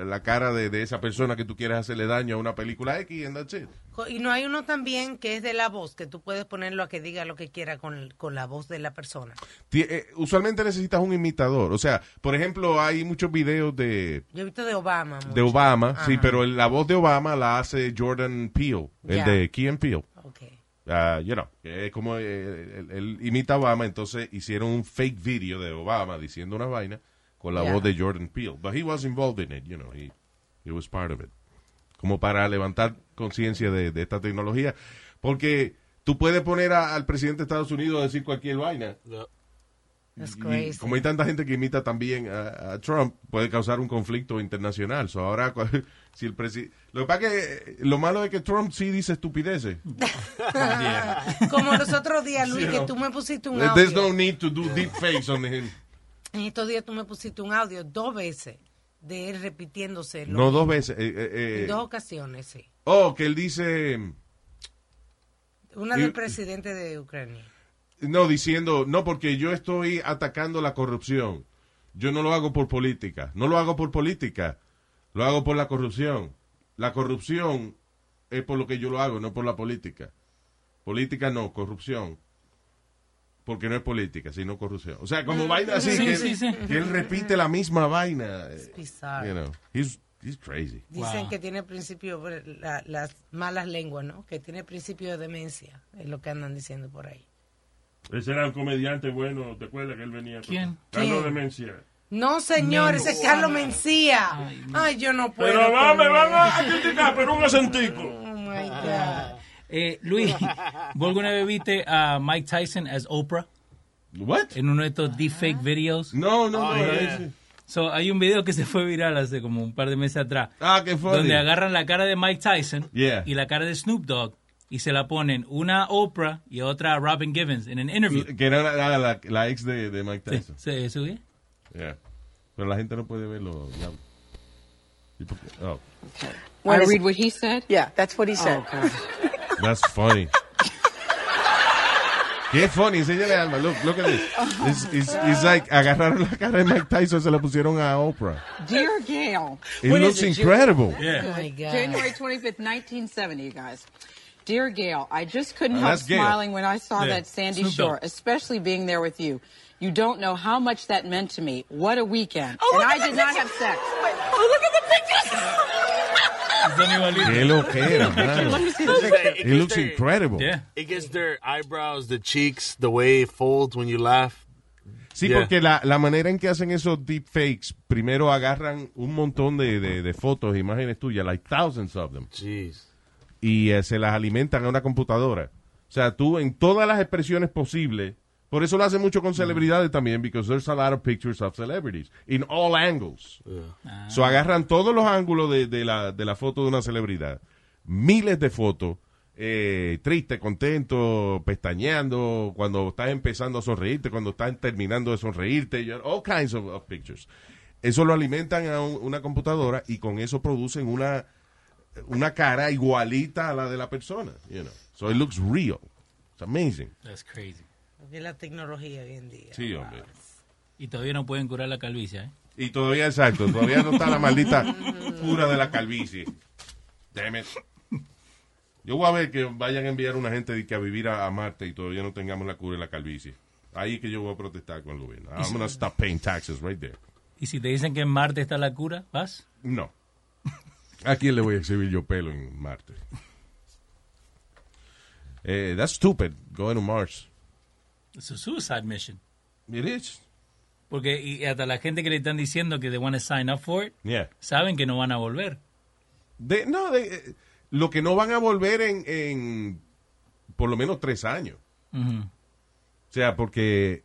E: la cara de, de esa persona que tú quieres hacerle daño a una película X and that's it.
I: Co- Y no hay uno también que es de la voz, que tú puedes ponerlo a que diga lo que quiera con, con la voz de la persona.
E: Ti- eh, usualmente necesitas un imitador. O sea, por ejemplo, hay muchos videos de,
I: Yo he visto de Obama. mucho.
E: de Obama,
I: Ajá.
E: sí, pero el- la voz de Obama la hace Jordan Peele,
I: Ya.
E: el de Key and Peele.
I: Okay.
E: Ah, you know, que es como eh, él, él imita a Obama, entonces hicieron un fake video de Obama diciendo una vaina con la
N: Yeah.
E: voz de Jordan Peele. But he was involved in it, you know, he, he was part of it. Como para levantar conciencia de, de esta tecnología. Porque tú puedes poner a- al presidente de Estados Unidos a decir cualquier vaina.
I: That's
E: Y
I: crazy.
E: como hay tanta gente que imita también a, a Trump, puede causar un conflicto internacional. So, ahora, cu- si el presi- lo que pasa que eh, lo malo es que Trump sí dice estupideces.
I: Como los otros días, Luis,
E: Sí,
I: que
E: no.
I: tú me pusiste un
E: There's
I: audio.
E: no need to do deep fakes on him.
I: En estos días tú me pusiste un audio dos veces de él repitiéndose. lo-
E: No dos veces. eh, eh, eh.
I: En dos ocasiones, sí.
E: Oh, que él dice,
I: Una
E: Y-
I: del presidente de Ucrania.
E: no, diciendo, no, porque yo estoy atacando la corrupción. Yo no lo hago por política. No lo hago por política. Lo hago por la corrupción. La corrupción es por lo que yo lo hago, no por la política. Política no, corrupción. Porque no es política, sino corrupción. O sea, como vaina así,
I: Ah, Sí,
E: que,
I: sí, sí.
E: que él repite la misma vaina. eh,
I: bizarro.
E: You know, he's, he's crazy.
I: Dicen que tiene principio, eh, la- las malas lenguas, ¿no? Que tiene principio de demencia, es lo que andan diciendo por ahí.
N: Ese era un comediante bueno, ¿te acuerdas que él venía?
I: ¿Quién?
N: Carlos
I: ¿Quién?
N: Demencia.
I: No, señor,
N: No.
I: ese es Carlos Mencía. Ay, yo no puedo.
N: Pero va,
I: con
N: me
I: él.
N: van a- a criticar, pero un acentico.
I: Oh, my God.
P: Eh, Luis, ¿vos alguna vez viste a Mike Tyson as Oprah?
E: What?
P: En uno de estos deepfake videos.
E: No, no,
N: no, no, ese.
P: So, hay un video que se fue viral hace como un par de meses atrás.
E: Ah, qué funny.
P: Donde agarran la cara de Mike Tyson
E: Yeah.
P: y la cara de Snoop Dogg y se la ponen una a Oprah y otra a Robin Givens en an interview.
E: Que era la, la- la- la ex de, de Mike
P: Sí,
E: Tyson.
P: ¿Se subí?
E: Yeah. Pero la gente no puede verlo. ya. ¿Y por qué? Oh,
S: Want to read what he said? Oh, Yeah, that's what he said.
E: that's funny. Qué funny, enséñale alma. Look, look at this. It's, it's, it's like agarraron la cara de Mike Tyson, se la pusieron a Oprah.
S: Dear Gail.
E: It
S: What is
E: looks
S: Jan-
E: incredible. Yeah.
S: Good.
E: Oh my God.
S: January 25th, 1970, you guys. Dear Gail, I just couldn't
E: Oh,
S: help
E: that's Gail.
S: smiling when I saw
E: Yeah.
S: that Sandy
E: Snoop Dogg.
S: Shore, especially being there with you. You don't know how much that meant to me. What a weekend.
O: Oh,
S: and
O: look
S: I
O: at the
S: did not
O: picture.
S: have sex. Oh,
E: Qué loquera, mano. It looks incredible.
R: It gets their eyebrows, the cheeks, the way it folds when you laugh.
E: Sí,
R: Yeah.
E: porque la, la manera en que hacen esos deepfakes, primero agarran un montón de, de, de fotos, imágenes tuyas, like thousands of them. Y eh, se las alimentan a una computadora. O sea, tú en todas las expresiones posibles, por eso lo hacen mucho con celebridades también, because there's a lot of pictures of celebrities, in all angles. So agarran todos los ángulos de, de la, de la foto de una celebridad, miles de fotos, eh, triste, contento, pestañeando, cuando estás empezando a sonreírte, cuando estás terminando de sonreírte, you- all kinds of, of pictures. Eso lo alimentan a un- una computadora y con eso producen una, una cara igualita a la de la persona. You know? So it looks real. It's amazing.
P: That's crazy.
I: Porque la tecnología hoy en día.
E: Sí, hombre.
P: Y todavía no pueden curar la calvicie, ¿eh?
E: Y todavía, exacto, todavía no está la maldita cura de la calvicie. Damn it. Yo voy a ver que vayan a enviar una gente de que a vivir a, a Marte y todavía no tengamos la cura de la calvicie. Ahí es que yo voy a protestar con el gobierno. I'm gonna stop paying taxes right there.
P: Y si te dicen que en Marte está la cura, ¿vas?
E: No. ¿A quién le voy a exhibir yo pelo en Marte? Eh, that's stupid, going to Mars.
P: It's a suicide mission.
E: It is.
P: Porque y hasta la gente que le están diciendo que they want to sign up for it,
E: Yeah.
P: saben que no van a volver.
E: De- no, de- eh, lo que no van a volver en, en por lo menos tres años.
R: Mm-hmm.
E: O sea, porque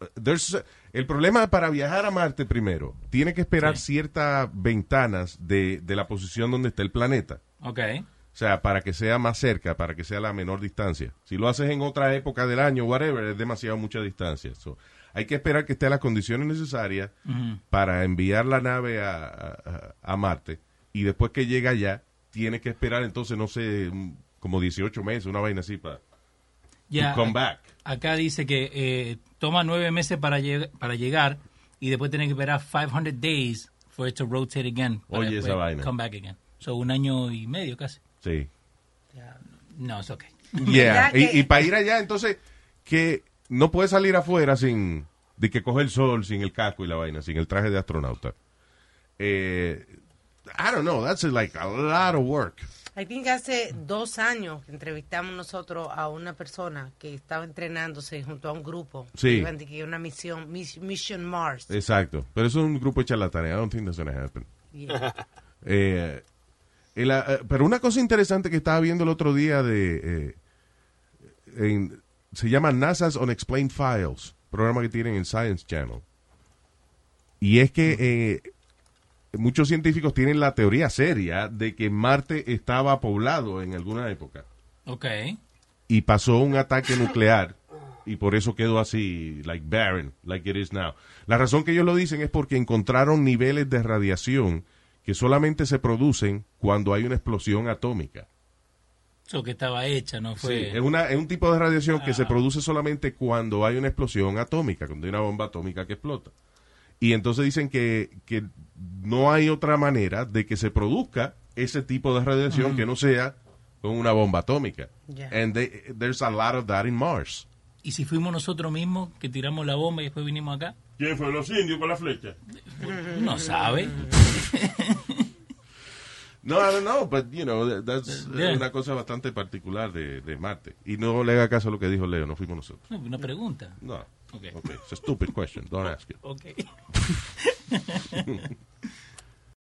E: uh, there's- el problema para viajar a Marte primero, tiene que esperar ciertas ventanas de, de la posición donde está el planeta.
P: Ok.
E: O sea, para que sea más cerca, para que sea la menor distancia. Si lo haces en otra época del año, whatever, es demasiado mucha distancia. So, hay que esperar que esté las condiciones necesarias
R: Mm-hmm.
P: Ujú.
E: para enviar la nave a, a- a Marte. Y después que llega allá, tiene que esperar entonces, no sé, un- como 18 meses, una vaina así para
P: Ya,
E: come
P: ac-
E: back.
P: Acá dice que eh, toma nueve meses para, lleg- para llegar y después tiene que esperar 500 days for it to rotate again. para
E: Oye,
P: después
E: esa vaina.
P: Come back again. So, un año y medio casi.
E: Sí.
P: No, es ok.
E: Yeah. Y, para ir allá, entonces, que no puedes salir afuera sin. de que coge el sol, sin el casco y la vaina, sin el traje de astronauta. Eh, I don't know, that's like a lot of work.
I: I think hace dos años que entrevistamos nosotros a una persona que estaba entrenándose junto a un grupo.
E: Sí.
I: Iban de que una misión, mis- Mission Mars.
E: Exacto. Pero eso es un grupo de charlatanes. I don't think that's gonna happen.
I: Yeah.
E: Eh, el, eh, pero una cosa interesante que estaba viendo el otro día de... eh, en- se llama NASA's Unexplained Files, programa que tienen en Science Channel. Y es que eh, muchos científicos tienen la teoría seria de que Marte estaba poblado en alguna época
P: Ok.
E: y pasó un ataque nuclear y por eso quedó así, like barren, like it is now. La razón que ellos lo dicen es porque encontraron niveles de radiación que solamente se producen cuando hay una explosión atómica.
P: Eso que estaba hecha, ¿no?
E: Sí,
P: Fue...
E: es, una, es un tipo de radiación que se produce solamente cuando hay una explosión atómica, cuando hay una bomba atómica que explota. Y entonces dicen que, que no hay otra manera de que se produzca ese tipo de radiación que no sea con una bomba atómica.
P: Yeah.
E: And they- there's a lot of that in Mars.
P: ¿Y si fuimos nosotros mismos que tiramos la bomba y después vinimos acá?
N: ¿Quién fue? ¿Los indios con la flecha?
P: No sabe.
E: No, I don't know, Oh, but you know, that- that's eh,
P: Yeah.
E: una cosa bastante particular de, de Marte. Y no le haga caso a lo que dijo Leo, no fuimos nosotros.
P: No, Una pregunta.
E: No.
P: Ok.
E: Okay. It's a stupid question. Don't ask it.
P: Ok.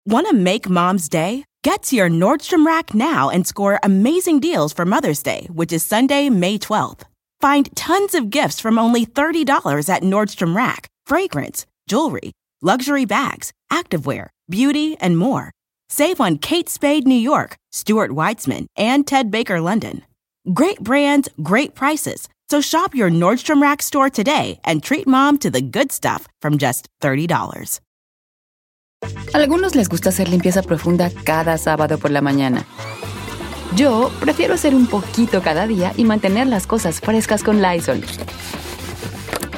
T: Want to make mom's day? Get to your Nordstrom Rack now and score amazing deals for Mother's Day, which is Sunday, May 12th. Find tons of gifts from only $30 at Nordstrom Rack fragrance, jewelry, luxury bags, activewear, beauty, and more. Save on Kate Spade New York, Stuart Weitzman, and Ted Baker London. Great brands, great prices. So shop your Nordstrom Rack store today and treat mom to the good stuff from just $30.
U: Algunos les gusta hacer limpieza profunda cada sábado por la mañana. Yo prefiero hacer un poquito cada día y mantener las cosas frescas con Lysol.